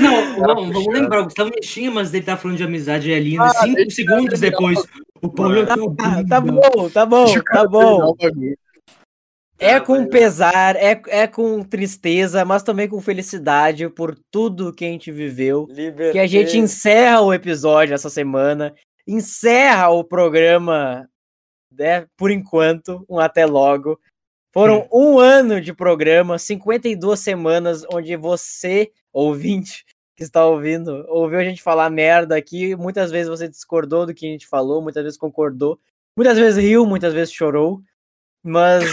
[SPEAKER 5] não, não, vamos lembrar, o Gustavo mexia, mas ele tava falando de amizade e Aline. Cinco segundos depois, o Paulo é teu
[SPEAKER 1] Ah, tá bom, tá bom,
[SPEAKER 2] Deixa o cara um
[SPEAKER 1] tá bom.
[SPEAKER 2] terminar o bagulho.
[SPEAKER 1] É com pesar, é, é com tristeza, mas também com felicidade por tudo que a gente viveu.
[SPEAKER 4] Libertei.
[SPEAKER 1] Que a gente encerra o episódio essa semana, encerra o programa, né, por enquanto, um até logo. Foram um ano de programa, 52 semanas, onde você, ouvinte, que está ouvindo, ouviu a gente falar merda aqui. Muitas vezes você discordou do que a gente falou, muitas vezes concordou, muitas vezes riu, muitas vezes chorou. Mas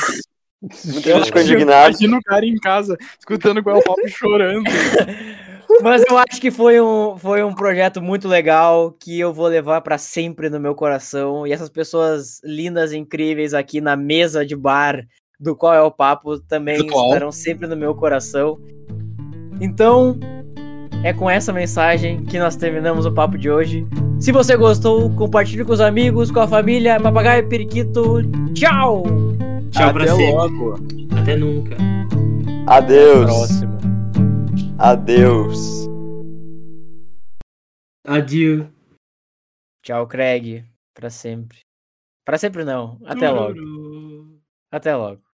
[SPEAKER 4] Muita gente ficou
[SPEAKER 1] Eu-
[SPEAKER 4] indignada.
[SPEAKER 2] Imagina o cara em casa, escutando é o Goel Papo chorando.
[SPEAKER 1] Mas eu acho que foi um, foi um projeto muito legal que eu vou levar pra sempre no meu coração. E essas pessoas lindas, incríveis aqui na mesa de bar do Qual é o Papo também
[SPEAKER 2] Virtual.
[SPEAKER 1] estarão sempre no meu coração. Então, é com essa mensagem que nós terminamos o papo de hoje. Se você gostou, compartilhe com os amigos, com a família, papagaio, periquito. Tchau!
[SPEAKER 5] Tchau pra
[SPEAKER 6] Até
[SPEAKER 5] sempre.
[SPEAKER 6] logo.
[SPEAKER 5] Até nunca.
[SPEAKER 4] Adeus.
[SPEAKER 3] Próxima.
[SPEAKER 4] Adeus.
[SPEAKER 5] Adio.
[SPEAKER 1] Tchau, Craig. Pra sempre. Pra sempre não. Até logo. Até logo.